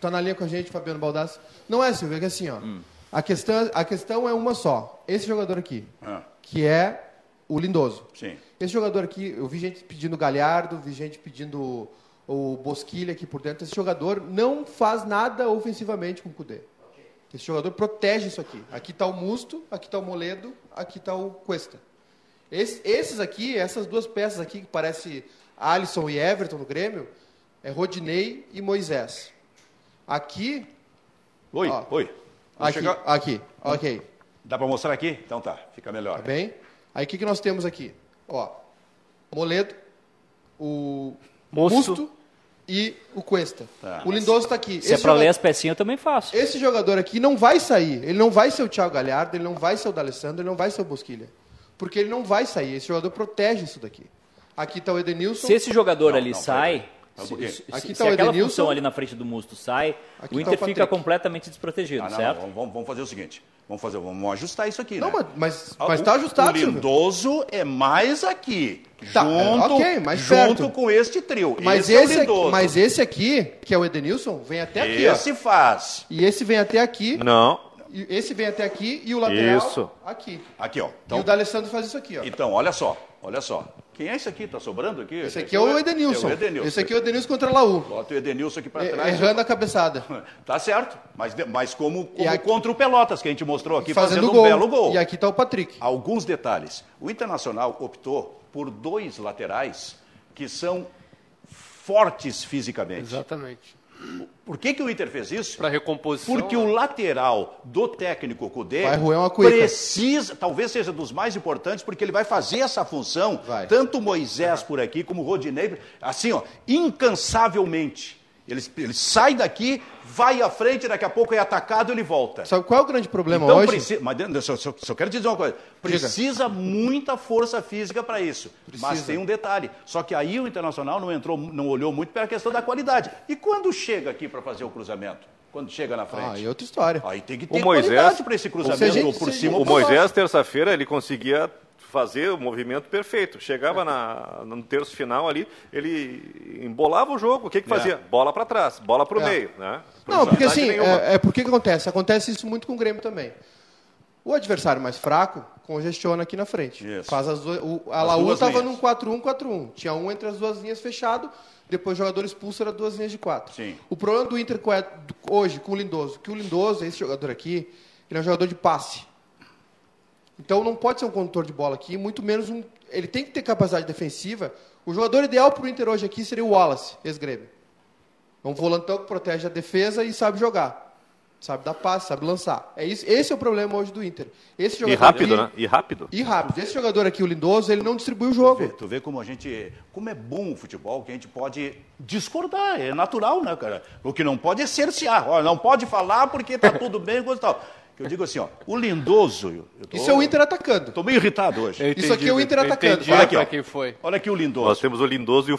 Speaker 3: tá na linha com a gente, Fabiano Baldassi. Não é, Silvio, é que assim, ó. A, questão, a questão é uma só. Esse jogador aqui,
Speaker 1: Ah,
Speaker 3: que é o Lindoso.
Speaker 1: sim.
Speaker 3: Esse jogador aqui, eu vi gente pedindo o Galhardo, vi gente pedindo o Bosquilha aqui por dentro. Esse jogador não faz nada ofensivamente com o Cudê. Esse jogador protege isso aqui. Aqui está o Musto, aqui está o Moledo, aqui está o Cuesta. Esse- esses aqui, essas duas peças aqui, que parece Alisson e Everton no Grêmio, é Rodinei e Moisés. Aqui,
Speaker 1: Oi,
Speaker 3: Ó.
Speaker 1: oi. Vou
Speaker 3: aqui,
Speaker 1: chegar-
Speaker 3: aqui, ok.
Speaker 1: Dá pra mostrar aqui? Então tá, fica melhor.
Speaker 3: Tá bem? Aí o que, que nós temos aqui? Ó, Moledo, o
Speaker 4: Musto.
Speaker 3: Musto e o Cuesta.
Speaker 1: Tá.
Speaker 3: O Lindoso está aqui.
Speaker 2: Se é pra
Speaker 3: joga-
Speaker 2: ler as pecinhas, eu também faço.
Speaker 3: esse jogador aqui não vai sair. Ele não vai ser o Thiago Galhardo, ele não vai ser o D'Alessandro, ele não vai ser o Bosquilha. Porque ele não vai sair. Esse jogador protege isso daqui. Aqui está o Edenilson.
Speaker 2: Se esse jogador
Speaker 1: Não,
Speaker 2: ali
Speaker 1: não,
Speaker 2: sai,
Speaker 1: pera.
Speaker 2: se,
Speaker 1: Aqui
Speaker 2: se-
Speaker 3: tá
Speaker 2: se
Speaker 3: o
Speaker 2: aquela
Speaker 3: Edenilson.
Speaker 2: função ali na frente do Musto sai,
Speaker 3: Aqui
Speaker 2: o
Speaker 3: tá o
Speaker 2: Inter fica
Speaker 3: Patrick.
Speaker 2: completamente desprotegido,
Speaker 1: Ah, não,
Speaker 2: certo?
Speaker 1: não, vamos, vamos fazer o seguinte. Vamos fazer, vamos ajustar isso aqui,
Speaker 3: Não,
Speaker 1: né?
Speaker 3: mas- mas
Speaker 1: Ah,
Speaker 3: mas
Speaker 1: o-
Speaker 3: tá ajustado,
Speaker 1: O
Speaker 3: Silvio.
Speaker 1: Lindoso é mais aqui.
Speaker 3: Tá,
Speaker 1: junto,
Speaker 3: é, ok, mais
Speaker 1: junto
Speaker 3: perto.
Speaker 1: com este trio.
Speaker 3: Mas
Speaker 1: esse, é o
Speaker 3: esse,
Speaker 1: Lindoso.
Speaker 3: mas esse aqui, que é o Edenilson, vem até aqui, ó.
Speaker 1: Esse faz.
Speaker 3: E esse vem até aqui.
Speaker 5: Não.
Speaker 3: E esse vem até aqui e o lateral
Speaker 5: Isso.
Speaker 3: aqui.
Speaker 1: Aqui, ó.
Speaker 3: e
Speaker 1: Então,
Speaker 3: o D'Alessandro faz isso aqui, ó.
Speaker 1: então, olha só, olha só. Quem é esse aqui? Tá sobrando aqui?
Speaker 3: Esse aqui é o Edenilson.
Speaker 1: É o Edenilson.
Speaker 3: Esse aqui é o Edenilson contra o Laú.
Speaker 1: Bota o Edenilson aqui pra
Speaker 3: e-
Speaker 1: trás.
Speaker 3: Errando a cabeçada.
Speaker 1: Tá certo. Mas, de- mas como,
Speaker 3: E
Speaker 1: como
Speaker 3: aqui-
Speaker 1: contra o Pelotas, que a gente mostrou aqui, fazendo,
Speaker 3: fazendo
Speaker 1: um
Speaker 3: gol.
Speaker 1: belo gol.
Speaker 3: E aqui tá o Patrick.
Speaker 1: alguns detalhes. O Internacional optou por dois laterais que são fortes fisicamente.
Speaker 4: Exatamente.
Speaker 1: Por que, que o Inter fez isso?
Speaker 4: Pra recomposição. né?
Speaker 1: Porque o lateral do técnico Cudê
Speaker 3: né? Vai roer uma cuíca.
Speaker 1: precisa, talvez seja dos mais importantes, porque ele vai fazer essa função,
Speaker 3: Vai.
Speaker 1: tanto Moisés por aqui como Rodinei, assim, ó, incansavelmente. Ele, ele sai daqui, vai à frente, daqui a pouco é atacado, ele volta.
Speaker 3: Sabe qual é o grande problema
Speaker 1: Então,
Speaker 3: hoje?
Speaker 1: preci- mas dentro- só, só- só quero te dizer uma coisa. Precisa muita força física para isso. Mas
Speaker 3: Precisa.
Speaker 1: tem um detalhe. Só que aí o Internacional não entrou, não olhou muito pela questão da qualidade. E quando chega aqui para fazer o cruzamento? Quando chega na frente?
Speaker 3: Ah, e outra história.
Speaker 1: Aí tem que ter
Speaker 5: Moisés-
Speaker 1: qualidade para esse
Speaker 3: Se a
Speaker 1: cruzamento
Speaker 3: gente-
Speaker 1: por
Speaker 3: se a
Speaker 1: cima.
Speaker 3: gente-
Speaker 5: O
Speaker 1: ou por baixo.
Speaker 5: Moisés, terça-feira, ele conseguia fazer o movimento perfeito. Chegava na, no terço final ali, ele embolava o jogo. O que, que fazia? Bola para trás, bola para o
Speaker 3: É.
Speaker 5: meio. Né?
Speaker 3: Não, porque
Speaker 5: Qualidade
Speaker 3: assim,
Speaker 5: nenhuma.
Speaker 3: é, é porque que acontece? Acontece isso muito com o Grêmio também. O adversário mais fraco congestiona aqui na frente.
Speaker 1: Isso.
Speaker 3: Faz as duas, o, a
Speaker 1: As
Speaker 3: Laú
Speaker 1: duas
Speaker 3: estava
Speaker 1: linhas.
Speaker 3: num 4-1, 4-1. Tinha um entre as duas linhas fechado, depois o jogador expulso era duas linhas de quatro.
Speaker 1: Sim.
Speaker 3: O problema do Inter com a- do- hoje com o Lindoso, que o Lindoso, esse jogador aqui, ele é um jogador de passe. Então não pode ser um condutor de bola aqui, muito menos um. Ele tem que ter capacidade defensiva. O jogador ideal para o Inter hoje aqui seria o Wallace, ex-grêmio. É um volantão que protege a defesa e sabe jogar. Sabe dar passe, sabe lançar. É isso, esse é o problema hoje do Inter. Esse
Speaker 5: E
Speaker 3: jogador
Speaker 5: rápido,
Speaker 3: aqui,
Speaker 5: né? E rápido.
Speaker 3: E rápido. Esse jogador aqui, o Lindoso, ele não distribui o
Speaker 1: Tu vê,
Speaker 3: jogo.
Speaker 1: tu vê como a gente. Como é bom o futebol, que a gente pode discordar, é natural, né, cara? O que não pode é cercear. Ó, não pode falar porque tá tudo bem, coisa e tal. Eu digo assim, ó, o lindoso. eu tô-
Speaker 3: Isso é o Inter atacando.
Speaker 1: Tô meio irritado hoje.
Speaker 4: Eu
Speaker 3: Isso
Speaker 4: entendi,
Speaker 3: aqui é o Inter
Speaker 4: eu
Speaker 3: atacando.
Speaker 4: entendi
Speaker 1: Olha aqui,
Speaker 4: pra
Speaker 1: ó.
Speaker 4: quem foi.
Speaker 1: Olha aqui o
Speaker 5: Nós
Speaker 1: lindoso.
Speaker 5: temos o lindoso e o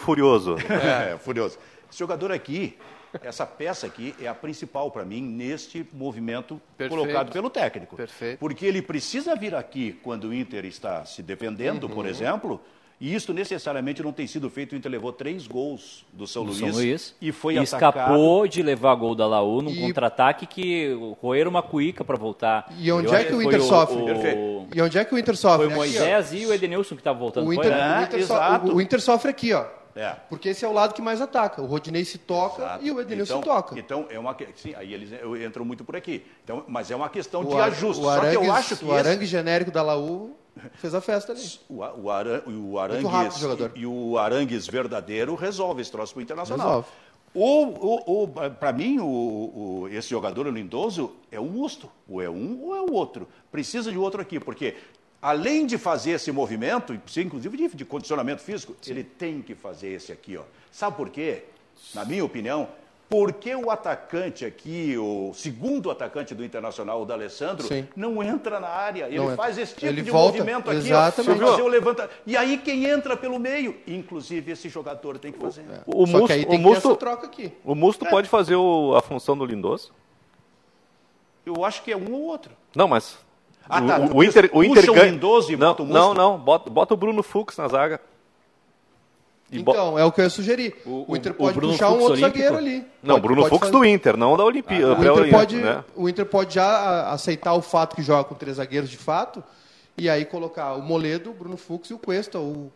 Speaker 1: É,
Speaker 5: furioso.
Speaker 1: furioso. Esse jogador aqui, essa peça aqui é a principal para mim neste movimento
Speaker 4: Perfeito.
Speaker 1: colocado pelo técnico.
Speaker 4: Perfeito.
Speaker 1: Porque ele precisa vir aqui quando o Inter está se defendendo, por
Speaker 4: Uhum.
Speaker 1: exemplo. E isso necessariamente não tem sido feito. O Inter levou três gols do São,
Speaker 2: do
Speaker 1: Luís,
Speaker 2: São Luiz.
Speaker 1: e foi atacado.
Speaker 2: escapou de levar gol da Laú num
Speaker 3: E-
Speaker 2: contra-ataque que roeram uma cuíca para voltar.
Speaker 3: E onde
Speaker 2: Eu
Speaker 3: é
Speaker 2: acho
Speaker 3: que o
Speaker 2: foi
Speaker 3: Inter sofre?
Speaker 2: O,
Speaker 3: E onde é que o Inter sofre?
Speaker 2: foi o
Speaker 3: Aqui, ó.
Speaker 2: Moisés e o Edenilson que estavam voltando.
Speaker 3: O
Speaker 2: foi,
Speaker 3: Inter,
Speaker 2: né?
Speaker 1: né?
Speaker 3: o Inter so-
Speaker 1: Exato.
Speaker 3: o Inter sofre aqui, ó.
Speaker 1: É.
Speaker 3: Porque esse é o lado que mais ataca. O Rodinei se toca
Speaker 1: Exato.
Speaker 3: e o Edenilson
Speaker 1: então,
Speaker 3: toca.
Speaker 1: Então, é uma. que- Sim, aí eles eh, entram muito por aqui. Então, mas é uma questão de
Speaker 3: Ar-
Speaker 1: ajuste.
Speaker 3: o
Speaker 1: Só que eu
Speaker 3: Arangues-
Speaker 1: acho que
Speaker 3: o
Speaker 1: esse-
Speaker 3: Arangue genérico da Laú fez a festa ali.
Speaker 1: O, A- o, Ara- o Arangues
Speaker 3: rápido, jogador.
Speaker 1: e, e o Arangues verdadeiro resolve esse troço pro Internacional.
Speaker 3: Resolve.
Speaker 1: Ou, para mim, o- o- esse jogador, o Lindoso, é um misto. Ou é um ou é o outro. Precisa de outro aqui, porque além de fazer esse movimento, e precisa, inclusive de, de condicionamento físico, ele tem que fazer esse aqui. Ó. Sabe por quê? Na minha opinião, porque o atacante aqui, o segundo atacante do Internacional, o D'Alessandro,
Speaker 3: Sim.
Speaker 1: não entra na área. Ele
Speaker 3: Não entra.
Speaker 1: faz esse tipo
Speaker 3: Ele
Speaker 1: de
Speaker 3: volta,
Speaker 1: movimento aqui, ó,
Speaker 3: exatamente.
Speaker 1: pra fazer o levanta. E aí quem entra pelo meio, inclusive esse jogador tem que fazer.
Speaker 5: O
Speaker 3: Só que aí
Speaker 5: Musto,
Speaker 3: tem
Speaker 5: o
Speaker 3: que ter
Speaker 5: Musto,
Speaker 3: essa É. troca aqui.
Speaker 5: o Musto pode fazer o- a função do Lindoso?
Speaker 1: Eu acho que é um ou outro.
Speaker 5: Não, mas.
Speaker 1: Ah,
Speaker 5: o,
Speaker 1: tá,
Speaker 5: o,
Speaker 1: tu
Speaker 5: o Inter, o
Speaker 1: puxa
Speaker 5: Inter
Speaker 1: o
Speaker 5: ganha.
Speaker 1: Lindoso e
Speaker 5: não,
Speaker 1: bota o Musto?
Speaker 5: não, não, bota, bota o Bruno Fux na zaga. E bo-
Speaker 3: Então, é o que eu ia sugerir.
Speaker 2: O-
Speaker 3: O,
Speaker 2: o-
Speaker 3: Inter
Speaker 2: o
Speaker 3: pode
Speaker 2: Bruno
Speaker 3: puxar um
Speaker 2: Fux
Speaker 3: outro
Speaker 2: olímpico?
Speaker 3: zagueiro ali.
Speaker 5: Não,
Speaker 3: Pode-
Speaker 5: Bruno
Speaker 3: pode
Speaker 5: Fux
Speaker 3: fazer- Ah, tá.
Speaker 5: do Inter, é não da Olimpíada.
Speaker 3: O Inter, pode,
Speaker 5: né?
Speaker 3: o Inter pode já a- aceitar o fato que joga com três zagueiros de fato e aí colocar o Moledo, o Bruno Fux e o Cuesta. o-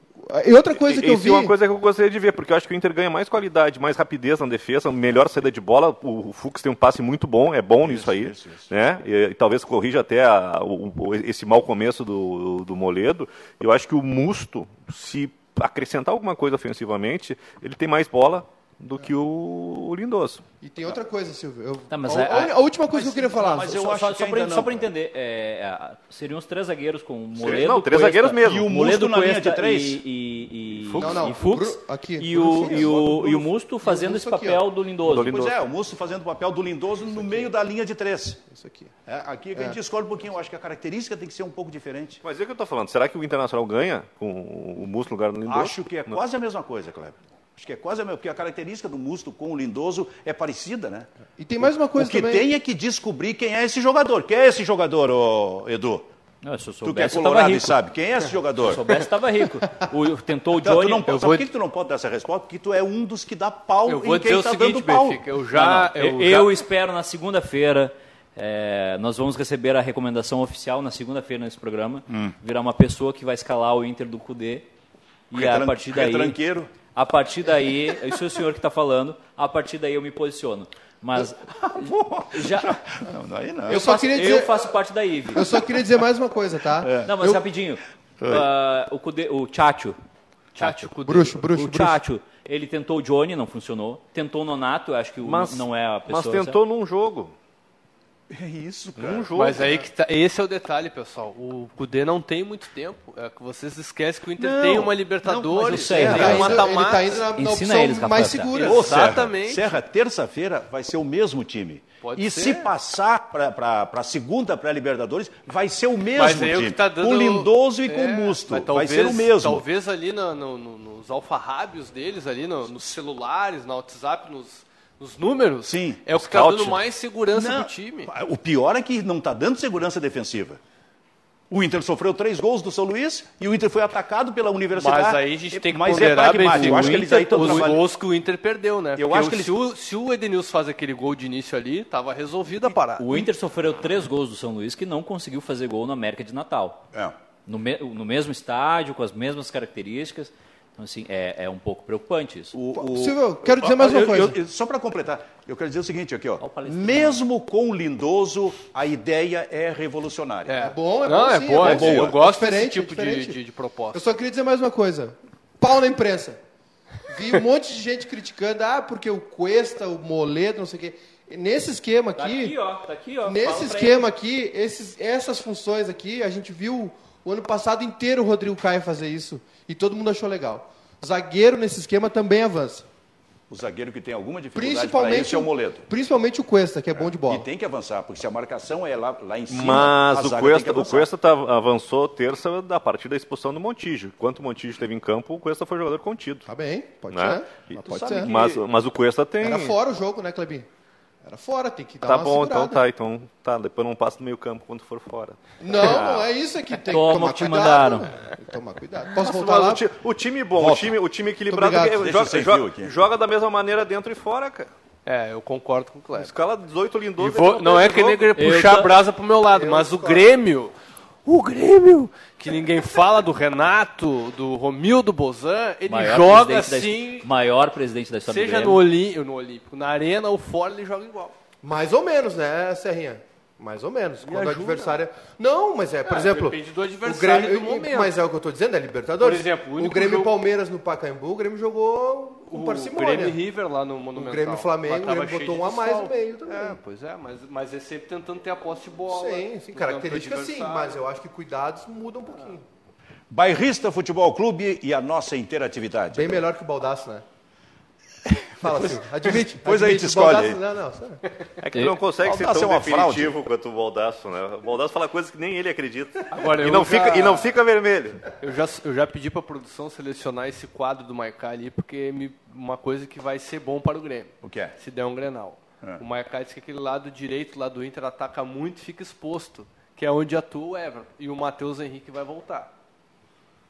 Speaker 3: E outra coisa que eu vi.
Speaker 5: é uma coisa que eu gostaria de ver, porque eu acho que o Inter ganha mais qualidade, mais rapidez na defesa, melhor saída de bola. O o Fux tem um passe muito bom, é bom nisso aí. Né? E, e talvez corrija até a- o- o- esse mau começo do, do Moledo. Eu acho que o Musto, se acrescentar alguma coisa ofensivamente, ele tem mais bola do que o Lindoso.
Speaker 3: E tem outra coisa, Silvio. eu-
Speaker 2: Tá, mas
Speaker 3: a,
Speaker 2: é-
Speaker 3: a- a última coisa que eu queria falar.
Speaker 1: mas eu
Speaker 2: Ah, só,
Speaker 1: acho
Speaker 2: só,
Speaker 1: que
Speaker 2: só pra-
Speaker 1: ainda não,
Speaker 2: só pra
Speaker 1: cara.
Speaker 2: entender, é, a- seriam os três zagueiros com o Moledo,
Speaker 5: não, três
Speaker 2: Cuesta,
Speaker 5: zagueiros mesmo.
Speaker 2: E o
Speaker 5: Musto
Speaker 2: Moledo,
Speaker 1: na linha de
Speaker 2: Cuesta
Speaker 1: três?
Speaker 2: E, e, e,
Speaker 3: Não, não,
Speaker 2: e Fux.
Speaker 3: Bru- aqui,
Speaker 2: e,
Speaker 3: Bruno
Speaker 2: o,
Speaker 3: Fux.
Speaker 2: e, o,
Speaker 3: Bota o
Speaker 2: e o
Speaker 3: Bruno
Speaker 2: Musto
Speaker 3: Fux
Speaker 2: fazendo
Speaker 3: aqui,
Speaker 2: esse
Speaker 3: ó.
Speaker 2: papel do Lindoso.
Speaker 5: Do Lindoso.
Speaker 1: Pois é, o Musso fazendo o papel do Lindoso no meio da linha de três.
Speaker 3: Isso aqui.
Speaker 1: É, aqui é que a gente escolhe um pouquinho. Eu acho que a característica tem que ser um pouco diferente.
Speaker 5: Mas é o que eu tô falando. Será que o Internacional ganha com o Musto no lugar do Lindoso?
Speaker 1: Acho que é quase a mesma coisa, Kleber. Acho que é quase a mesma, porque a característica do Musto com o Lindoso é parecida, né?
Speaker 3: E tem mais uma coisa
Speaker 1: o que
Speaker 3: também.
Speaker 1: tem é que descobrir quem é esse jogador. Quem é esse jogador, ô, Edu?
Speaker 2: Não, se eu soubesse,
Speaker 1: Tu que é
Speaker 2: eu tava
Speaker 1: colorado e
Speaker 2: rico.
Speaker 1: sabe. Quem é esse jogador?
Speaker 2: Se eu soubesse, tava rico. O, tentou o
Speaker 1: Tá, tu
Speaker 2: Johnny.
Speaker 1: não,
Speaker 2: eu
Speaker 1: sabe
Speaker 2: vou-
Speaker 1: por que que tu não pode dar essa resposta? Porque tu é um dos que dá pau
Speaker 4: Eu vou
Speaker 1: em
Speaker 4: dizer
Speaker 1: quem
Speaker 4: o
Speaker 1: está
Speaker 4: seguinte,
Speaker 1: dando pau.
Speaker 4: Benfica, eu
Speaker 2: Não, não.
Speaker 4: já...
Speaker 2: Eu, eu espero na segunda-feira. é, nós vamos receber a recomendação oficial na segunda-feira nesse programa. Virar uma pessoa que vai escalar o Inter do Cudê. E a
Speaker 1: Retran-
Speaker 2: partir daí.
Speaker 1: retranqueiro.
Speaker 2: A partir daí, isso é o senhor que está falando, a partir daí eu me posiciono. Mas já,
Speaker 1: Não, daí não.
Speaker 3: Eu
Speaker 2: eu,
Speaker 3: só
Speaker 2: faço,
Speaker 3: queria
Speaker 2: eu
Speaker 3: dizer-
Speaker 2: faço É. parte da IVE.
Speaker 3: Eu só queria dizer mais uma coisa, tá?
Speaker 2: Não, mas
Speaker 3: Eu-
Speaker 2: rapidinho. Ah, o Cudê, o Chacho.
Speaker 4: Tchatcho, Cudê.
Speaker 3: Bruxo, bruxo,
Speaker 2: O
Speaker 3: bruxo.
Speaker 2: Chacho, ele tentou o Johnny, não funcionou. Tentou o Nonato, eu acho que o
Speaker 5: Mas-
Speaker 2: não é a pessoa.
Speaker 5: Mas tentou num jogo.
Speaker 1: É isso, cara.
Speaker 5: Num jogo.
Speaker 4: Mas aí que tá, esse é o detalhe, pessoal. O Cudê não tem muito tempo. É que vocês esquecem que o Inter
Speaker 5: Não,
Speaker 4: tem uma
Speaker 2: não, mas eu
Speaker 4: Libertadores,
Speaker 2: sei,
Speaker 3: Ele
Speaker 2: Ele tá
Speaker 3: tá
Speaker 4: tem um
Speaker 3: indo, ele tá
Speaker 4: mata-mata.
Speaker 3: indo na, na
Speaker 2: Ensina
Speaker 3: opção
Speaker 2: eles, Rafael. tá?
Speaker 3: mais segura.
Speaker 1: Ô, Serra,
Speaker 4: Exatamente.
Speaker 1: Serra, terça-feira vai ser o mesmo time.
Speaker 4: Pode
Speaker 1: e
Speaker 4: ser.
Speaker 1: se passar para a segunda pré-Libertadores, vai ser o mesmo
Speaker 4: Mas aí
Speaker 1: time.
Speaker 4: o que tá dando...
Speaker 1: Com o Lindoso e
Speaker 4: é,
Speaker 1: com o Musto.
Speaker 4: mas
Speaker 1: vai ser o mesmo.
Speaker 4: Talvez ali no- no- no- nos alfarrábios deles, ali no- nos celulares, no WhatsApp, nos, nos números,
Speaker 1: Sim.
Speaker 4: é o que tá
Speaker 5: Scout.
Speaker 4: dando mais segurança
Speaker 1: Não,
Speaker 4: pro time.
Speaker 1: O pior é que não está dando segurança defensiva. O Inter sofreu três gols do São Luís e o Inter foi atacado pela Universidade.
Speaker 4: Mas aí a gente tem que
Speaker 1: Mas é
Speaker 4: ponderar bem
Speaker 1: pragmático. Eu acho que eles aí estão
Speaker 4: os
Speaker 1: trabalhando.
Speaker 4: gols que o Inter perdeu, né?
Speaker 1: Eu
Speaker 4: Porque
Speaker 1: acho que
Speaker 4: se, o, se o Edenilson faz aquele gol de início ali, tava resolvida a parada.
Speaker 2: O Inter sofreu três gols do São Luís que não conseguiu fazer gol na América de Natal.
Speaker 1: É.
Speaker 2: No, me- no mesmo estádio, com as mesmas características. Então, assim, é, é um pouco preocupante isso.
Speaker 1: O- o-
Speaker 3: Silvio, quero dizer mais uma
Speaker 1: Eu- eu-
Speaker 3: coisa.
Speaker 1: eu- só para completar, eu quero dizer o seguinte aqui, ó.
Speaker 2: o palestrino.
Speaker 1: Mesmo com o Lindoso, a ideia é revolucionária.
Speaker 3: É bom, é
Speaker 4: Não,
Speaker 3: bom
Speaker 4: é
Speaker 3: sim,
Speaker 4: boa,
Speaker 3: bom,
Speaker 4: é boa.
Speaker 3: sim.
Speaker 4: Eu gosto desse
Speaker 3: Diferente,
Speaker 4: tipo de-
Speaker 3: diferente.
Speaker 4: de- de proposta.
Speaker 3: Eu só queria dizer mais uma coisa. Pau na imprensa. Vi um monte de gente criticando, ah, porque o Cuesta, o Moledo, não sei o quê. Nesse esquema aqui,
Speaker 2: ó, tá aqui, ó.
Speaker 3: nesse esquema aqui, esses, essas funções aqui, a gente viu o ano passado inteiro o Rodrigo Caio fazer isso. E todo mundo achou legal. Zagueiro nesse esquema também avança.
Speaker 1: O zagueiro que tem alguma dificuldade para
Speaker 3: Principalmente,
Speaker 1: isso é o Moledo.
Speaker 3: principalmente o Cuesta, que é, bom de
Speaker 1: E
Speaker 3: bola.
Speaker 1: tem que avançar, porque se a marcação é lá, lá em cima, a
Speaker 5: Mas o
Speaker 1: zaga tem que
Speaker 5: Cuesta, o
Speaker 1: avançar.
Speaker 5: Cuesta tá- avançou terça da partir da expulsão do Montijo. Enquanto o Montijo esteve em campo, o Cuesta foi jogador contido.
Speaker 3: Tá bem, pode
Speaker 5: Né?
Speaker 3: ser.
Speaker 5: E-
Speaker 3: Mas
Speaker 5: tu
Speaker 3: pode
Speaker 5: sabe
Speaker 3: ser.
Speaker 5: que- Mas, mas o Cuesta tem.
Speaker 3: Era fora o jogo, né, Clebinho? Era fora, tem que dar
Speaker 5: Tá
Speaker 3: uma
Speaker 5: bom,
Speaker 3: segurada.
Speaker 5: então tá, então tá. Depois não passa no meio campo quando for fora.
Speaker 3: Não, não é isso aqui. Tem
Speaker 2: Toma
Speaker 3: que
Speaker 2: que
Speaker 3: tomar
Speaker 2: te
Speaker 3: cuidado.
Speaker 2: mandaram.
Speaker 3: né? Tem que tomar cuidado. Posso voltar
Speaker 5: Mas
Speaker 3: lá?
Speaker 5: o, ti- o time bom, o
Speaker 1: Volta.
Speaker 5: time, o time equilibrado
Speaker 3: Muito
Speaker 5: que-
Speaker 3: obrigado.
Speaker 1: Deixa
Speaker 5: joga,
Speaker 1: sem
Speaker 5: joga-
Speaker 1: fio aqui.
Speaker 5: joga da mesma maneira dentro e fora, cara.
Speaker 4: É, eu concordo com o Cleber.
Speaker 5: Escala 18 lindos.
Speaker 4: E vou- não é que nem querer
Speaker 2: Eu
Speaker 4: puxar
Speaker 2: ta-
Speaker 4: a brasa pro meu lado, mas o Grêmio. O Grêmio! Que ninguém fala do Renato, do Romildo Bozan, ele joga assim,
Speaker 2: maior presidente da história
Speaker 4: seja
Speaker 2: do
Speaker 4: no,
Speaker 2: Grêmio.
Speaker 4: Olí- no Olímpico, na Arena ou fora, ele joga igual.
Speaker 3: Mais ou menos, né, Serrinha? Mais ou menos. quando o adversário. Não, mas é, por exemplo.
Speaker 4: depende do
Speaker 3: o
Speaker 4: adversário
Speaker 3: Grêmio-
Speaker 4: do momento.
Speaker 3: Mas é o que eu estou dizendo, é Libertadores.
Speaker 4: Por exemplo, o
Speaker 3: o,
Speaker 4: único
Speaker 3: Grêmio
Speaker 4: jogo-
Speaker 3: Palmeiras no Pacaembu, o Grêmio jogou com
Speaker 4: O
Speaker 3: parcimônia.
Speaker 4: Grêmio e River lá no
Speaker 3: o
Speaker 4: Monumental.
Speaker 3: Grêmio e Flamengo,
Speaker 4: Mas
Speaker 3: o
Speaker 4: tava
Speaker 3: Grêmio
Speaker 4: cheio
Speaker 3: botou
Speaker 4: de
Speaker 3: um a mais
Speaker 4: sol.
Speaker 3: no meio também.
Speaker 4: É, pois é, mas, mas é sempre tentando ter a posse de bola.
Speaker 3: Sim, sim,
Speaker 4: no
Speaker 3: características
Speaker 4: campo do
Speaker 3: sim,
Speaker 4: adversário.
Speaker 3: mas eu acho que cuidados mudam um pouquinho.
Speaker 1: Bairrista Futebol Clube e a nossa
Speaker 4: Ah,
Speaker 1: interatividade.
Speaker 3: Bem melhor que o Baldaço, né? Fala, Silvio. Admite.
Speaker 1: depois a gente
Speaker 3: admite, o Baldasso-
Speaker 1: escolhe
Speaker 3: Não, não, sério.
Speaker 5: É que tu não consegue ser
Speaker 1: Baldasso
Speaker 5: tão
Speaker 1: é uma
Speaker 5: definitivo quanto o Baldasso, né? O Baldasso fala coisas que nem ele acredita.
Speaker 4: Agora,
Speaker 5: e,
Speaker 4: eu
Speaker 5: não
Speaker 4: já-
Speaker 5: fica, e não fica vermelho.
Speaker 4: Eu já, eu já pedi pra produção selecionar esse quadro do Maicá ali, porque me- uma coisa que vai ser bom para o Grêmio.
Speaker 1: O É. que é?
Speaker 4: Se der um Grenal. O Maicá disse que aquele lado direito, lá do Inter, ataca muito e fica exposto, que é onde atua o Everton. E o Matheus Henrique vai voltar.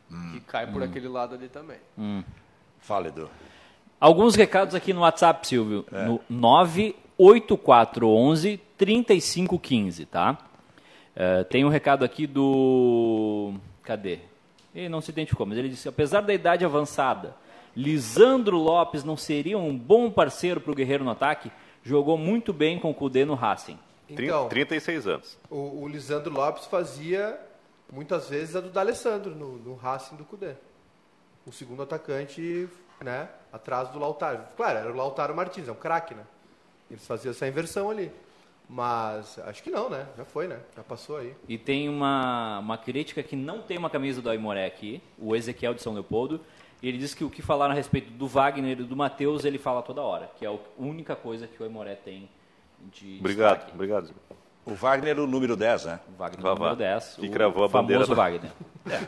Speaker 1: Hum.
Speaker 4: Que cai por aquele lado ali também.
Speaker 1: Fala, Edu.
Speaker 2: Alguns recados aqui no WhatsApp, Silvio.
Speaker 4: É.
Speaker 2: No 98411 3515, tá? Eh, tem um recado aqui do. Cadê? Ele não se identificou, mas ele disse: apesar da idade avançada, Lisandro Lopes não seria um bom parceiro para o Guerreiro no ataque? Jogou muito bem com o Kudê no Racing.
Speaker 5: Trin-
Speaker 3: Então,
Speaker 5: 36 anos.
Speaker 3: o, o Lisandro Lopes fazia muitas vezes a do D'Alessandro no, no Racing do Cudê. O segundo atacante, né, atrás do Lautaro. Claro, era o Lautaro Martins, é um craque, né? Eles faziam essa inversão ali. Mas acho que não, né? Já foi, né? Já passou aí.
Speaker 2: E tem uma, uma crítica que não tem uma camisa do Aimoré aqui, o Ezequiel de São Leopoldo. E ele diz que o que falaram a respeito do Wagner e do Matheus, ele fala toda hora, que é a única coisa que o Aimoré tem de
Speaker 5: Obrigado,
Speaker 2: destaque.
Speaker 5: obrigado. Zé.
Speaker 1: O Wagner, o número 10, né?
Speaker 2: O Wagner
Speaker 5: Vavá,
Speaker 2: número 10,
Speaker 5: que
Speaker 2: o
Speaker 5: cravou a bandeira
Speaker 2: famoso
Speaker 5: do-
Speaker 2: Wagner.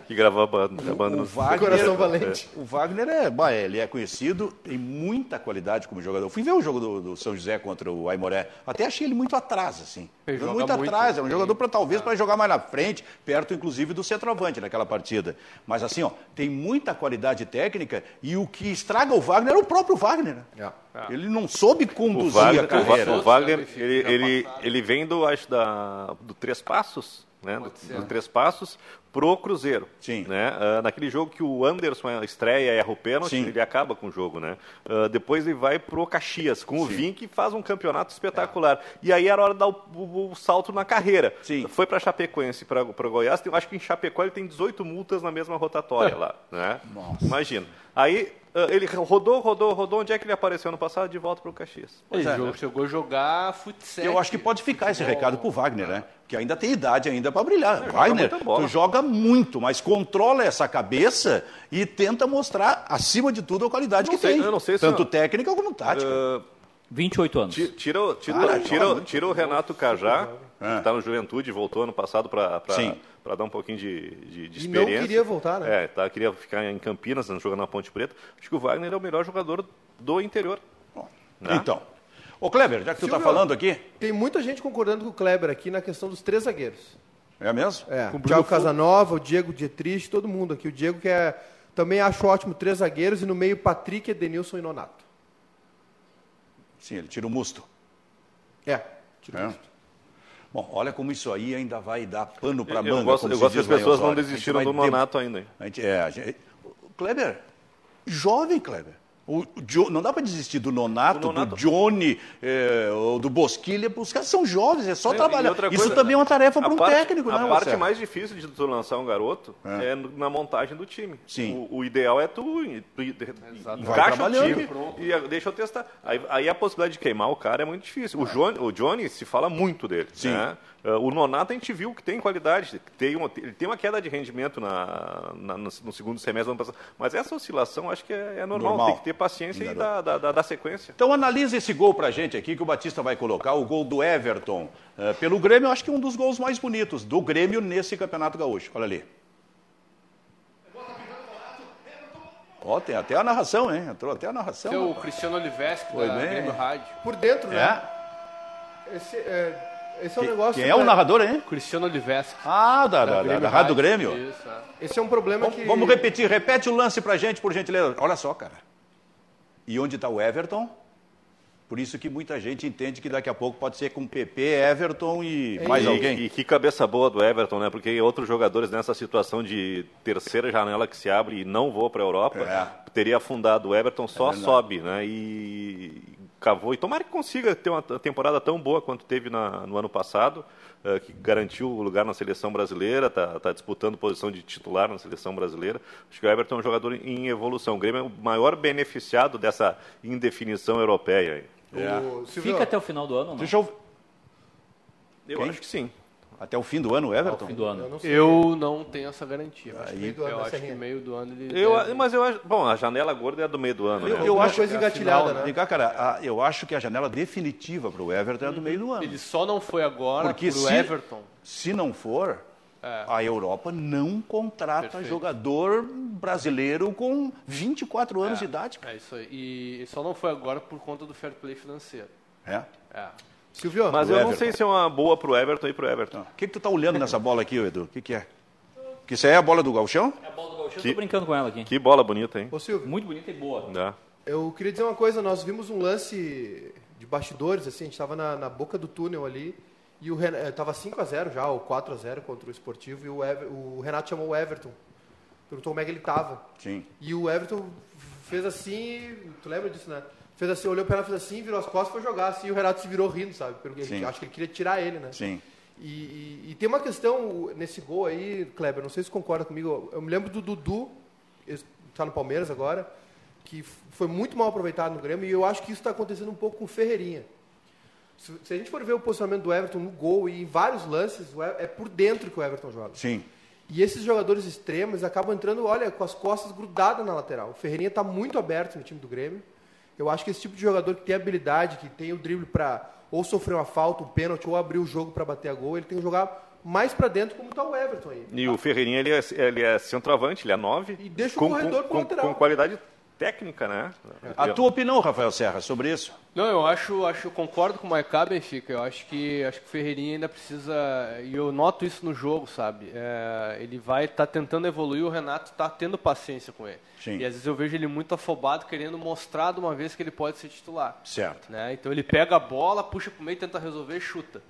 Speaker 5: Que gravou a banda. né? A banda no...
Speaker 3: Coração valente.
Speaker 1: O Wagner é, bah, ele é conhecido, tem muita qualidade como jogador. Fui ver o jogo do, do São José contra o Aimoré, até achei ele muito atrás, assim.
Speaker 4: Ele joga
Speaker 1: muito,
Speaker 4: muito,
Speaker 1: atrás, é um jogador para talvez para jogar mais na frente, perto inclusive do centroavante naquela partida. Mas assim, ó, tem muita qualidade técnica e o que estraga o Wagner é o próprio Wagner. né? Ele não soube
Speaker 5: O
Speaker 1: conduzir a
Speaker 5: Wagner, o
Speaker 1: carreira.
Speaker 5: Va- o Wagner, ele, ele, ele vem do, acho, da, do Três Passos, né? Do, do Três Passos pro Cruzeiro.
Speaker 1: Sim.
Speaker 5: Né? Ah, naquele jogo que o Anderson estreia e erra o pênalti,
Speaker 1: Sim.
Speaker 5: ele acaba com o jogo, né? Ah, depois ele vai pro Caxias, com o Vink e faz um
Speaker 1: É.
Speaker 5: campeonato espetacular. E aí era hora de dar o, o- o salto na carreira.
Speaker 1: Sim.
Speaker 5: Foi para Chapecoense e para Goiás. Eu acho que em Chapecó ele tem 18 multas na mesma rotatória lá, né? Imagina. Aí ah, ele rodou, rodou, rodou. Onde é que ele apareceu ano passado? De volta pro Caxias.
Speaker 4: é. Ele jogou- chegou a jogar futsal.
Speaker 1: é. Eu acho que pode ficar esse recado pro Wagner, né? Que ainda tem idade ainda para brilhar. Wagner,
Speaker 5: muita bola.
Speaker 1: tu joga muito, mas controla essa cabeça e tenta mostrar, acima de tudo, a qualidade
Speaker 5: Não
Speaker 1: que
Speaker 5: sei,
Speaker 1: tem.
Speaker 5: eu É, não sei se
Speaker 1: Tanto
Speaker 5: não.
Speaker 1: técnica como tática.
Speaker 2: 28 anos.
Speaker 5: Ah, Ti- Tira, o- tira,
Speaker 1: Cara,
Speaker 5: tira,
Speaker 1: joga muito.
Speaker 5: tira o Renato Cajá, que está no Juventude, voltou ano passado para
Speaker 1: Sim.
Speaker 5: dar um pouquinho de, de, de
Speaker 3: E não
Speaker 5: experiência.
Speaker 3: queria voltar, né?
Speaker 5: É, tá, queria ficar em Campinas, jogando na Ponte Preta. Acho que o Wagner é o melhor jogador do interior. Né?
Speaker 1: Então. Ô, Kleber, já que tu tá
Speaker 3: Silvio.
Speaker 1: falando aqui,
Speaker 3: Tem muita gente concordando com o Kleber aqui na questão dos três zagueiros.
Speaker 1: é mesmo?
Speaker 3: É,
Speaker 4: Com o
Speaker 3: o
Speaker 4: Bruno
Speaker 3: Thiago
Speaker 4: Fu-
Speaker 3: Casanova, o Diego Dietrich, todo mundo aqui. O Diego que é, também acho ótimo três zagueiros e no meio Patrick, Edenilson e Nonato.
Speaker 1: Sim, ele tira o musto.
Speaker 3: É, tira
Speaker 1: É. Bom, olha como isso aí ainda vai dar pano para
Speaker 5: Eu,
Speaker 1: manga.
Speaker 5: eu gosto,
Speaker 1: como
Speaker 5: eu
Speaker 1: se
Speaker 5: gosto que
Speaker 1: diz
Speaker 5: as
Speaker 1: lá em
Speaker 5: pessoas não
Speaker 1: Osório. A gente
Speaker 5: desistiram
Speaker 1: vai
Speaker 5: do
Speaker 1: de-
Speaker 5: Nonato ainda. hein?
Speaker 1: A gente, é, a gente- o Kleber, jovem Kleber. O Jo- não dá para desistir do Nonato,
Speaker 5: Do
Speaker 1: do
Speaker 5: Nonato.
Speaker 1: Johnny, é, ou do Bosquilha. Os caras são jovens, é só
Speaker 5: E
Speaker 1: trabalhar.
Speaker 5: outra
Speaker 1: Isso
Speaker 5: coisa,
Speaker 1: também é uma tarefa para
Speaker 5: a
Speaker 1: um
Speaker 5: parte-
Speaker 1: técnico,
Speaker 5: A
Speaker 1: né?
Speaker 5: parte
Speaker 1: Marcelo?
Speaker 5: mais difícil de tu lançar um garoto é, no- na montagem do time.
Speaker 1: Sim.
Speaker 5: O, o ideal é tu, en- tu en-
Speaker 1: Vai
Speaker 5: encaixa o
Speaker 1: trabalhando.
Speaker 5: time e a- deixa eu testar. Aí, aí a possibilidade de queimar o cara é muito difícil. O Johnny, o Johnny se fala muito dele.
Speaker 1: Sim.
Speaker 5: né? Ah, O Nonato a gente viu que tem qualidade, que tem uma, ele tem uma queda de rendimento na, na- no, no segundo semestre do ano passado. Mas essa oscilação acho que é, é normal,
Speaker 1: Normal.
Speaker 5: tem que ter paciência e dar, dar, dar- dar sequência.
Speaker 1: Então analisa esse gol pra gente aqui que o Batista vai colocar, o gol do Everton. eh, pelo Grêmio, eu acho que é um dos gols mais bonitos do Grêmio nesse Campeonato Gaúcho. Olha ali. Ó, tem até a narração, hein? Entrou até a narração.
Speaker 4: Esse é o Cristiano Olivesco
Speaker 1: Foi
Speaker 4: da
Speaker 1: bem.
Speaker 4: Grêmio Rádio.
Speaker 3: Por dentro, né?
Speaker 1: É.
Speaker 3: Esse é, esse é um
Speaker 1: Quem-
Speaker 3: negócio.
Speaker 1: Quem é o
Speaker 3: né?
Speaker 1: narrador, hein?
Speaker 4: Cristiano Olivesco.
Speaker 1: Ah, da, da, da, da Rádio do
Speaker 4: Rádio.
Speaker 1: Grêmio.
Speaker 4: Isso, é.
Speaker 3: Esse é um problema
Speaker 1: Vamos,
Speaker 3: que.
Speaker 1: vamos repetir, repete o lance pra gente, por gentileza. Olha só, cara. E onde está o Everton? Por isso que muita gente entende que daqui a pouco pode ser com PP, Everton e mais
Speaker 5: e,
Speaker 1: alguém.
Speaker 5: É E que cabeça boa do Everton, né? Porque outros jogadores nessa situação de terceira janela que se abre e não voa para a Europa,
Speaker 1: É.
Speaker 5: teria afundado. O Everton só
Speaker 1: verdade.
Speaker 5: sobe, né? E
Speaker 7: cavou. E tomara que consiga ter uma temporada tão boa quanto teve na- no ano passado, eh, que garantiu o lugar na seleção brasileira, está disputando posição de titular na seleção brasileira. Acho que o Everton é um jogador em evolução. O Grêmio é o maior beneficiado dessa indefinição europeia. aí.
Speaker 3: Ô, Silvio,
Speaker 2: Fica até o final do ano ou não?
Speaker 1: É. Deixa eu...
Speaker 7: Eu
Speaker 1: Quem?
Speaker 7: acho que sim.
Speaker 1: Até o fim do ano,
Speaker 2: Até o
Speaker 1: Everton?
Speaker 2: fim do ano.
Speaker 3: eu não sei.
Speaker 4: Eu não tenho essa garantia. mas
Speaker 1: Aí-
Speaker 4: meio do ano,
Speaker 3: Eu
Speaker 4: eu
Speaker 3: acho
Speaker 4: acho
Speaker 3: que
Speaker 4: que meio do ano ele.
Speaker 7: Eu,
Speaker 4: deve-
Speaker 7: mas eu acho. Bom, a janela gorda é a do meio do ano. né?
Speaker 3: Alguma coisa
Speaker 4: que é a
Speaker 3: engatilhada,
Speaker 4: final,
Speaker 3: né?
Speaker 1: Vem cá, cara, a- eu acho que a janela definitiva para o Everton é do meio do ano.
Speaker 4: Ele só não foi agora
Speaker 1: Porque
Speaker 4: pro
Speaker 1: se-
Speaker 4: Everton.
Speaker 1: Se não for, a Europa não contrata
Speaker 4: Perfeito.
Speaker 1: jogador brasileiro com 24 anos de idade. cara.
Speaker 4: É isso aí. E ele só não foi agora por conta do fair play financeiro.
Speaker 1: É.
Speaker 4: É.
Speaker 3: Silvio,
Speaker 7: Mas
Speaker 1: Do
Speaker 7: eu não
Speaker 1: Everton.
Speaker 7: sei se é uma boa pro Everton e pro Everton.
Speaker 3: Ah.
Speaker 1: O que, que tu tá olhando nessa bola aqui, ô, Edu? O que, que é? Que isso aí é a bola do Galchão?
Speaker 2: É a bola do Gauchão, eu
Speaker 7: Que-
Speaker 2: tô brincando com ela aqui.
Speaker 7: Que bola bonita, hein?
Speaker 3: ô Silvio,
Speaker 2: Muito bonita e boa.
Speaker 7: Né?
Speaker 3: eu queria dizer uma coisa, nós vimos um lance de bastidores, assim, a gente estava na, na boca do túnel ali, e o Renato, tava 5x0 já, ou 4x0 contra o Esportivo, e o, Ever- o Renato chamou o Everton, perguntou como é que ele tava.
Speaker 1: Sim.
Speaker 3: E o Everton fez assim, tu lembra disso, né? Fez assim, olhou pra ela, fez assim, virou as costas e foi jogar, assim, e o Renato se virou rindo, sabe? Porque
Speaker 1: Sim.
Speaker 3: acho que ele queria tirar ele, né?
Speaker 1: Sim.
Speaker 3: E, e- e tem uma questão o- nesse gol aí, Kleber, não sei se concorda comigo. Eu me lembro do Dudu, está no Palmeiras agora, que f- foi muito mal aproveitado no Grêmio, e eu acho que isso está acontecendo um pouco com o Ferreirinha. Se, se a gente for ver o posicionamento do Everton no gol e em vários lances, o E- é por dentro que o Everton joga.
Speaker 1: Sim.
Speaker 3: E esses jogadores extremos acabam entrando, olha, com as costas grudadas na lateral. O Ferreirinha está muito aberto no time do Grêmio. Eu acho que esse tipo de jogador que tem habilidade, que tem o drible para ou sofrer uma falta, um pênalti, ou abrir o jogo para bater a gol, ele tem que jogar mais para dentro, como está o Everton aí.
Speaker 7: E o Ferreirinha, ele é, ele é centroavante, ele é nove.
Speaker 3: E deixa o corredor pro
Speaker 7: com,
Speaker 3: lateral. É,
Speaker 7: com qualidade técnica, né?
Speaker 1: A tua opinião, Rafael Serra, sobre isso?
Speaker 4: Não, eu acho, acho, concordo com o Maicá, Benfica. Eu acho que, acho que o Ferreirinha ainda precisa, e eu noto isso no jogo, sabe? É, ele vai estar tentando evoluir, o Renato está tendo paciência com ele.
Speaker 1: Sim.
Speaker 4: E às vezes eu vejo ele muito afobado, querendo mostrar de uma vez que ele pode ser titular.
Speaker 1: Certo.
Speaker 4: né? Então ele pega a bola, puxa pro meio, tenta resolver, chuta,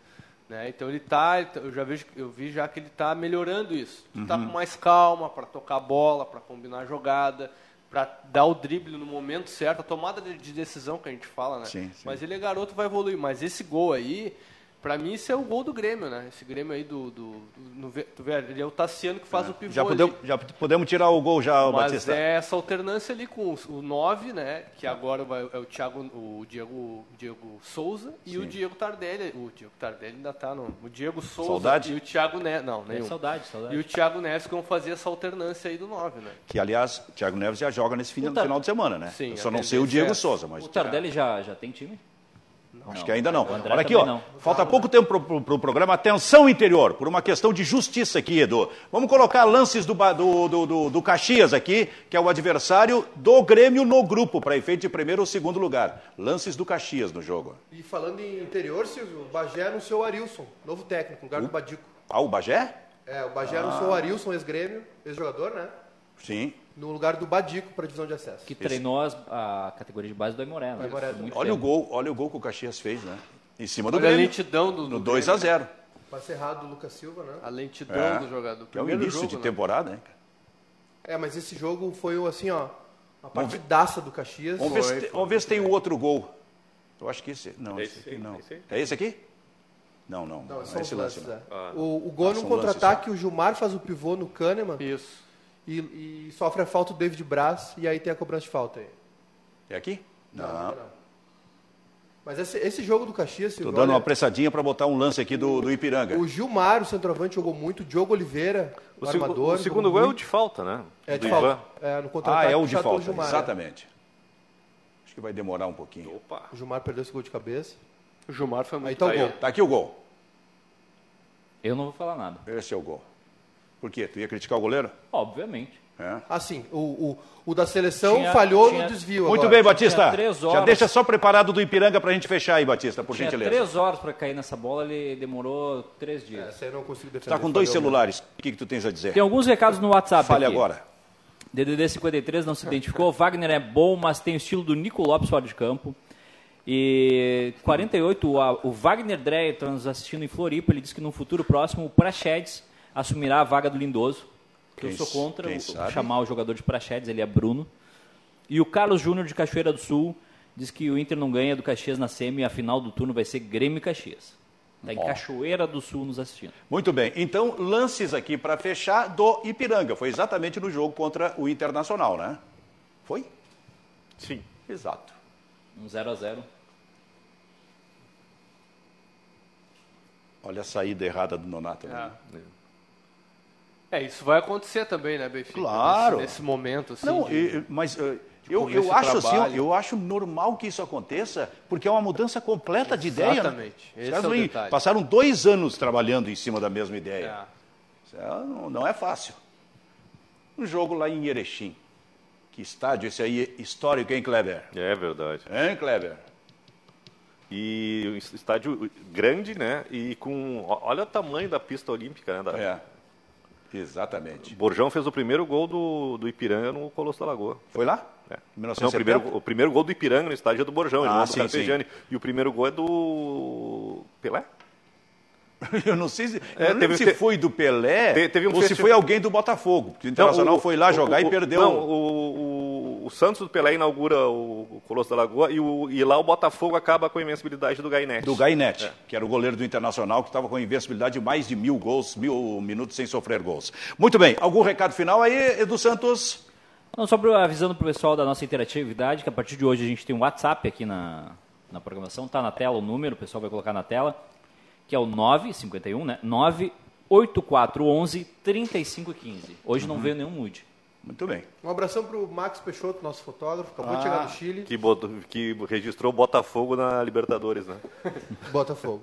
Speaker 4: né? Então ele tá, ele tá- eu já vejo, eu vi já que ele tá melhorando isso. Ele tá
Speaker 1: Uhum.
Speaker 4: com mais calma para tocar a bola, para combinar a jogada, para dar o drible no momento certo, a tomada de de decisão que a gente fala, né?
Speaker 1: Sim, sim.
Speaker 4: Mas ele é garoto, vai evoluir, mas esse gol aí Pra mim, isso é o gol do Grêmio, né? Esse Grêmio aí do. do, do- no ve- tu vê, ele é o Tassiano que faz o pivô.
Speaker 1: Já
Speaker 4: ali.
Speaker 1: podemos, já podemos tirar o gol já, o
Speaker 4: Mas
Speaker 1: Batista.
Speaker 4: é essa alternância ali com os- o 9, né? Que agora vai- é o Thiago, o Diego, o Diego Souza e o Diego Tardelli. O Diego Tardelli ainda tá no. O Diego Souza
Speaker 1: Saudade?
Speaker 4: e o Thiago Neves. Não, nenhum.
Speaker 2: É saudade, saudade.
Speaker 4: E o Thiago Neves que vão fazer essa alternância aí do 9, né?
Speaker 1: Que, aliás, o Thiago Neves já joga nesse fim-
Speaker 2: O Tar-
Speaker 1: final de semana, né?
Speaker 4: Sim,
Speaker 1: Eu só
Speaker 4: a
Speaker 1: não sei o
Speaker 4: tendência
Speaker 1: Diego
Speaker 4: é-
Speaker 1: Souza, mas
Speaker 2: O Tardelli já, já tem time?
Speaker 1: acho que ainda não.
Speaker 2: O André
Speaker 1: Olha aqui, ó.
Speaker 2: também não.
Speaker 1: Falta pouco tempo para o programa. Atenção, interior, por uma questão de justiça aqui, Edu. Vamos colocar lances do, ba- do, do, do- do Caxias aqui, que é o adversário do Grêmio no grupo, para efeito de primeiro ou segundo lugar. Lances do Caxias no jogo.
Speaker 3: E falando em interior, Silvio, o Bagé anunciou o Arilson, novo técnico, lugar do Badico.
Speaker 1: Ah, o Bagé?
Speaker 3: É, o
Speaker 1: Ah.
Speaker 3: Bagé anunciou o Arilson, ex-grêmio, ex-jogador, né?
Speaker 1: Sim.
Speaker 3: No lugar do Badico para divisão de acesso.
Speaker 2: Que treinou as- a categoria de base do Aimoré, né?
Speaker 3: Aimoré.
Speaker 2: Muito
Speaker 1: Olha o
Speaker 2: tempo.
Speaker 1: gol, olha o gol que o Caxias fez, né? Em cima do
Speaker 4: Olha a
Speaker 1: Grêmio.
Speaker 4: lentidão do.
Speaker 1: No
Speaker 4: do
Speaker 1: 2 a 0
Speaker 3: Passe errado do Lucas Silva, né?
Speaker 4: A lentidão
Speaker 1: É.
Speaker 4: do jogador.
Speaker 1: Que é o
Speaker 4: Primeiro
Speaker 1: início
Speaker 4: jogo,
Speaker 1: de
Speaker 4: né?
Speaker 1: temporada, hein?
Speaker 3: É, mas esse jogo foi assim, ó, uma partidaça do Caxias.
Speaker 1: Vamos ver, se, te- vamos ver se tem o outro gol. Eu acho que esse. Não, esse, aqui não. É esse aqui? Não, não.
Speaker 3: Não,
Speaker 1: não
Speaker 3: são
Speaker 1: é
Speaker 3: os
Speaker 1: esse lance.
Speaker 3: lances,
Speaker 1: não.
Speaker 7: né?
Speaker 3: é. O, o gol
Speaker 1: Ah,
Speaker 3: num
Speaker 1: são
Speaker 3: contra-ataque, o Gilmar faz o pivô no Kahneman
Speaker 4: Isso.
Speaker 3: e, e sofre a falta do David Braz e aí tem a cobrança de falta aí.
Speaker 1: É aqui? Não.
Speaker 3: Mas esse, esse jogo do Caxias,
Speaker 1: Tô
Speaker 3: Silvio,
Speaker 1: dando uma
Speaker 3: olha,
Speaker 1: apressadinha para botar um lance aqui do, do Ipiranga.
Speaker 3: o Gilmar, o centroavante, jogou muito, o Diogo Oliveira, o,
Speaker 7: O, segu-
Speaker 3: armador.
Speaker 7: o segundo
Speaker 3: jogou
Speaker 7: gol é o
Speaker 3: muito.
Speaker 7: de falta, né?
Speaker 3: É de
Speaker 7: Do
Speaker 3: falta.
Speaker 7: Ivan.
Speaker 3: É, no
Speaker 1: Ah,
Speaker 3: contra-ataque
Speaker 1: é o de
Speaker 3: puxado pelo
Speaker 1: falta.
Speaker 3: Gilmar, né?
Speaker 1: Exatamente. Acho que vai demorar um pouquinho.
Speaker 7: Opa.
Speaker 3: O Gilmar perdeu esse gol de cabeça.
Speaker 4: O Gilmar foi muito
Speaker 3: Aí tá o
Speaker 4: bem.
Speaker 3: gol.
Speaker 1: Tá aqui o gol.
Speaker 2: Eu não vou falar nada.
Speaker 1: Esse é o gol. Por quê? Tu ia criticar o goleiro?
Speaker 2: Obviamente.
Speaker 1: É.
Speaker 3: Assim, o, o, o da seleção
Speaker 2: Tinha-
Speaker 3: falhou
Speaker 2: tinha-
Speaker 3: no desvio
Speaker 1: Muito
Speaker 3: agora.
Speaker 1: bem, Batista.
Speaker 2: três
Speaker 1: Já
Speaker 2: horas.
Speaker 1: deixa só preparado do Ipiranga pra gente fechar aí, Batista, por
Speaker 2: Tinha
Speaker 1: gentileza.
Speaker 2: É, três horas pra cair nessa bola, ele demorou três dias.
Speaker 3: Essa aí eu não consigo defender.
Speaker 1: Tá com dois
Speaker 3: falhou.
Speaker 1: celulares. O que, que tu tens a dizer?
Speaker 2: Tem alguns recados no WhatsApp
Speaker 1: Fale
Speaker 2: aqui.
Speaker 1: agora.
Speaker 2: DDD 53 não se identificou. Wagner é bom, mas tem o estilo do Nico Lopes fora de campo. E 48, o, a- o Wagner Dreyer está nos assistindo em Floripa. Ele disse que no futuro próximo o Praxedes assumirá a vaga do Lindoso. Que eu
Speaker 1: Quem
Speaker 2: sou
Speaker 1: s-
Speaker 2: contra
Speaker 1: quem
Speaker 2: o-
Speaker 1: sabe?
Speaker 2: chamar o jogador de Praxedes, ele é Bruno. E o Carlos Júnior de Cachoeira do Sul Diz que o Inter não ganha do Caxias na semi, a final do turno vai ser Grêmio e Caxias. Está em Cachoeira do Sul nos assistindo.
Speaker 1: Muito bem, então lances aqui para fechar do Ipiranga. Foi exatamente no jogo contra o Internacional, né? Foi?
Speaker 8: Sim.
Speaker 1: Exato.
Speaker 2: Um 0 a 0
Speaker 1: Olha a saída errada do Nonato. né?
Speaker 4: É, isso vai acontecer também, né, Benfica?
Speaker 1: Claro.
Speaker 4: Nesse, nesse momento, assim.
Speaker 1: Não,
Speaker 4: de-
Speaker 1: e- e- mas eh, eu,
Speaker 4: nesse
Speaker 1: eu acho assim, ó,
Speaker 4: trabalho.
Speaker 1: eu acho normal que isso aconteça, porque é uma mudança completa de ideia. né?
Speaker 4: Exatamente.
Speaker 1: Os
Speaker 4: Esse
Speaker 1: caras
Speaker 4: é o
Speaker 1: não-
Speaker 4: detalhe.
Speaker 1: passaram dois anos trabalhando em cima da mesma ideia.
Speaker 4: É.
Speaker 1: Isso é- não, não é fácil. Um jogo lá em Erechim. Que estádio esse aí é histórico, hein, Kleber?
Speaker 5: É verdade.
Speaker 1: Hein, Kleber?
Speaker 5: E um es- estádio grande, né? E com. ó- Olha o tamanho da pista olímpica, né? da-
Speaker 1: É. Exatamente.
Speaker 5: Borjão fez o primeiro gol do, do Ipiranga no Colosso da Lagoa.
Speaker 1: Foi lá?
Speaker 5: É.
Speaker 1: Em
Speaker 5: Não, o
Speaker 1: 1970?
Speaker 5: primeiro, o primeiro gol do Ipiranga no estádio é do Borjão, ele
Speaker 1: Ah,
Speaker 5: não é
Speaker 1: sim,
Speaker 5: do Carpegiani. E o primeiro gol é do. Pelé?
Speaker 1: Eu não sei se, eu
Speaker 5: É,
Speaker 1: não
Speaker 5: teve-
Speaker 1: lembro se
Speaker 5: te-
Speaker 1: foi do Pelé
Speaker 5: Te- teve um
Speaker 1: ou se
Speaker 5: festi-
Speaker 1: foi alguém do Botafogo. O Internacional
Speaker 5: Não, o-
Speaker 1: foi lá
Speaker 5: o-
Speaker 1: jogar
Speaker 5: o-
Speaker 1: e perdeu.
Speaker 5: Não, o, o, o Santos do Pelé inaugura o, o Colosso da Lagoa e, o- e lá o Botafogo acaba com a invencibilidade do Gainete.
Speaker 1: do Gainete,
Speaker 5: É.
Speaker 1: que era o goleiro do Internacional, que estava com invencibilidade de mais de mil gols, mil minutos sem sofrer gols. Muito bem, algum recado final aí, Edu Santos?
Speaker 2: Não, só pra- avisando pro pessoal da nossa interatividade, que a partir de hoje a gente tem um WhatsApp aqui na, na programação, tá na tela o número, o pessoal vai colocar na tela, que é o 951, né? 98411 3515. Hoje não veio nenhum nude.
Speaker 1: Muito bem.
Speaker 3: Um abração pro Max Peixoto, nosso fotógrafo, acabou
Speaker 1: Ah.
Speaker 3: de chegar do Chile.
Speaker 5: Que, botou- que registrou o Botafogo na Libertadores, né?
Speaker 3: Botafogo.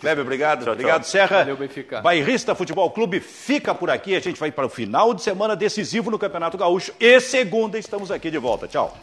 Speaker 1: Kleber, obrigado. obrigado, Serra.
Speaker 4: Valeu, Benfica.
Speaker 1: Bairrista Futebol Clube fica por aqui. A gente vai para o final de semana decisivo no Campeonato Gaúcho. E segunda estamos aqui de volta. Tchau.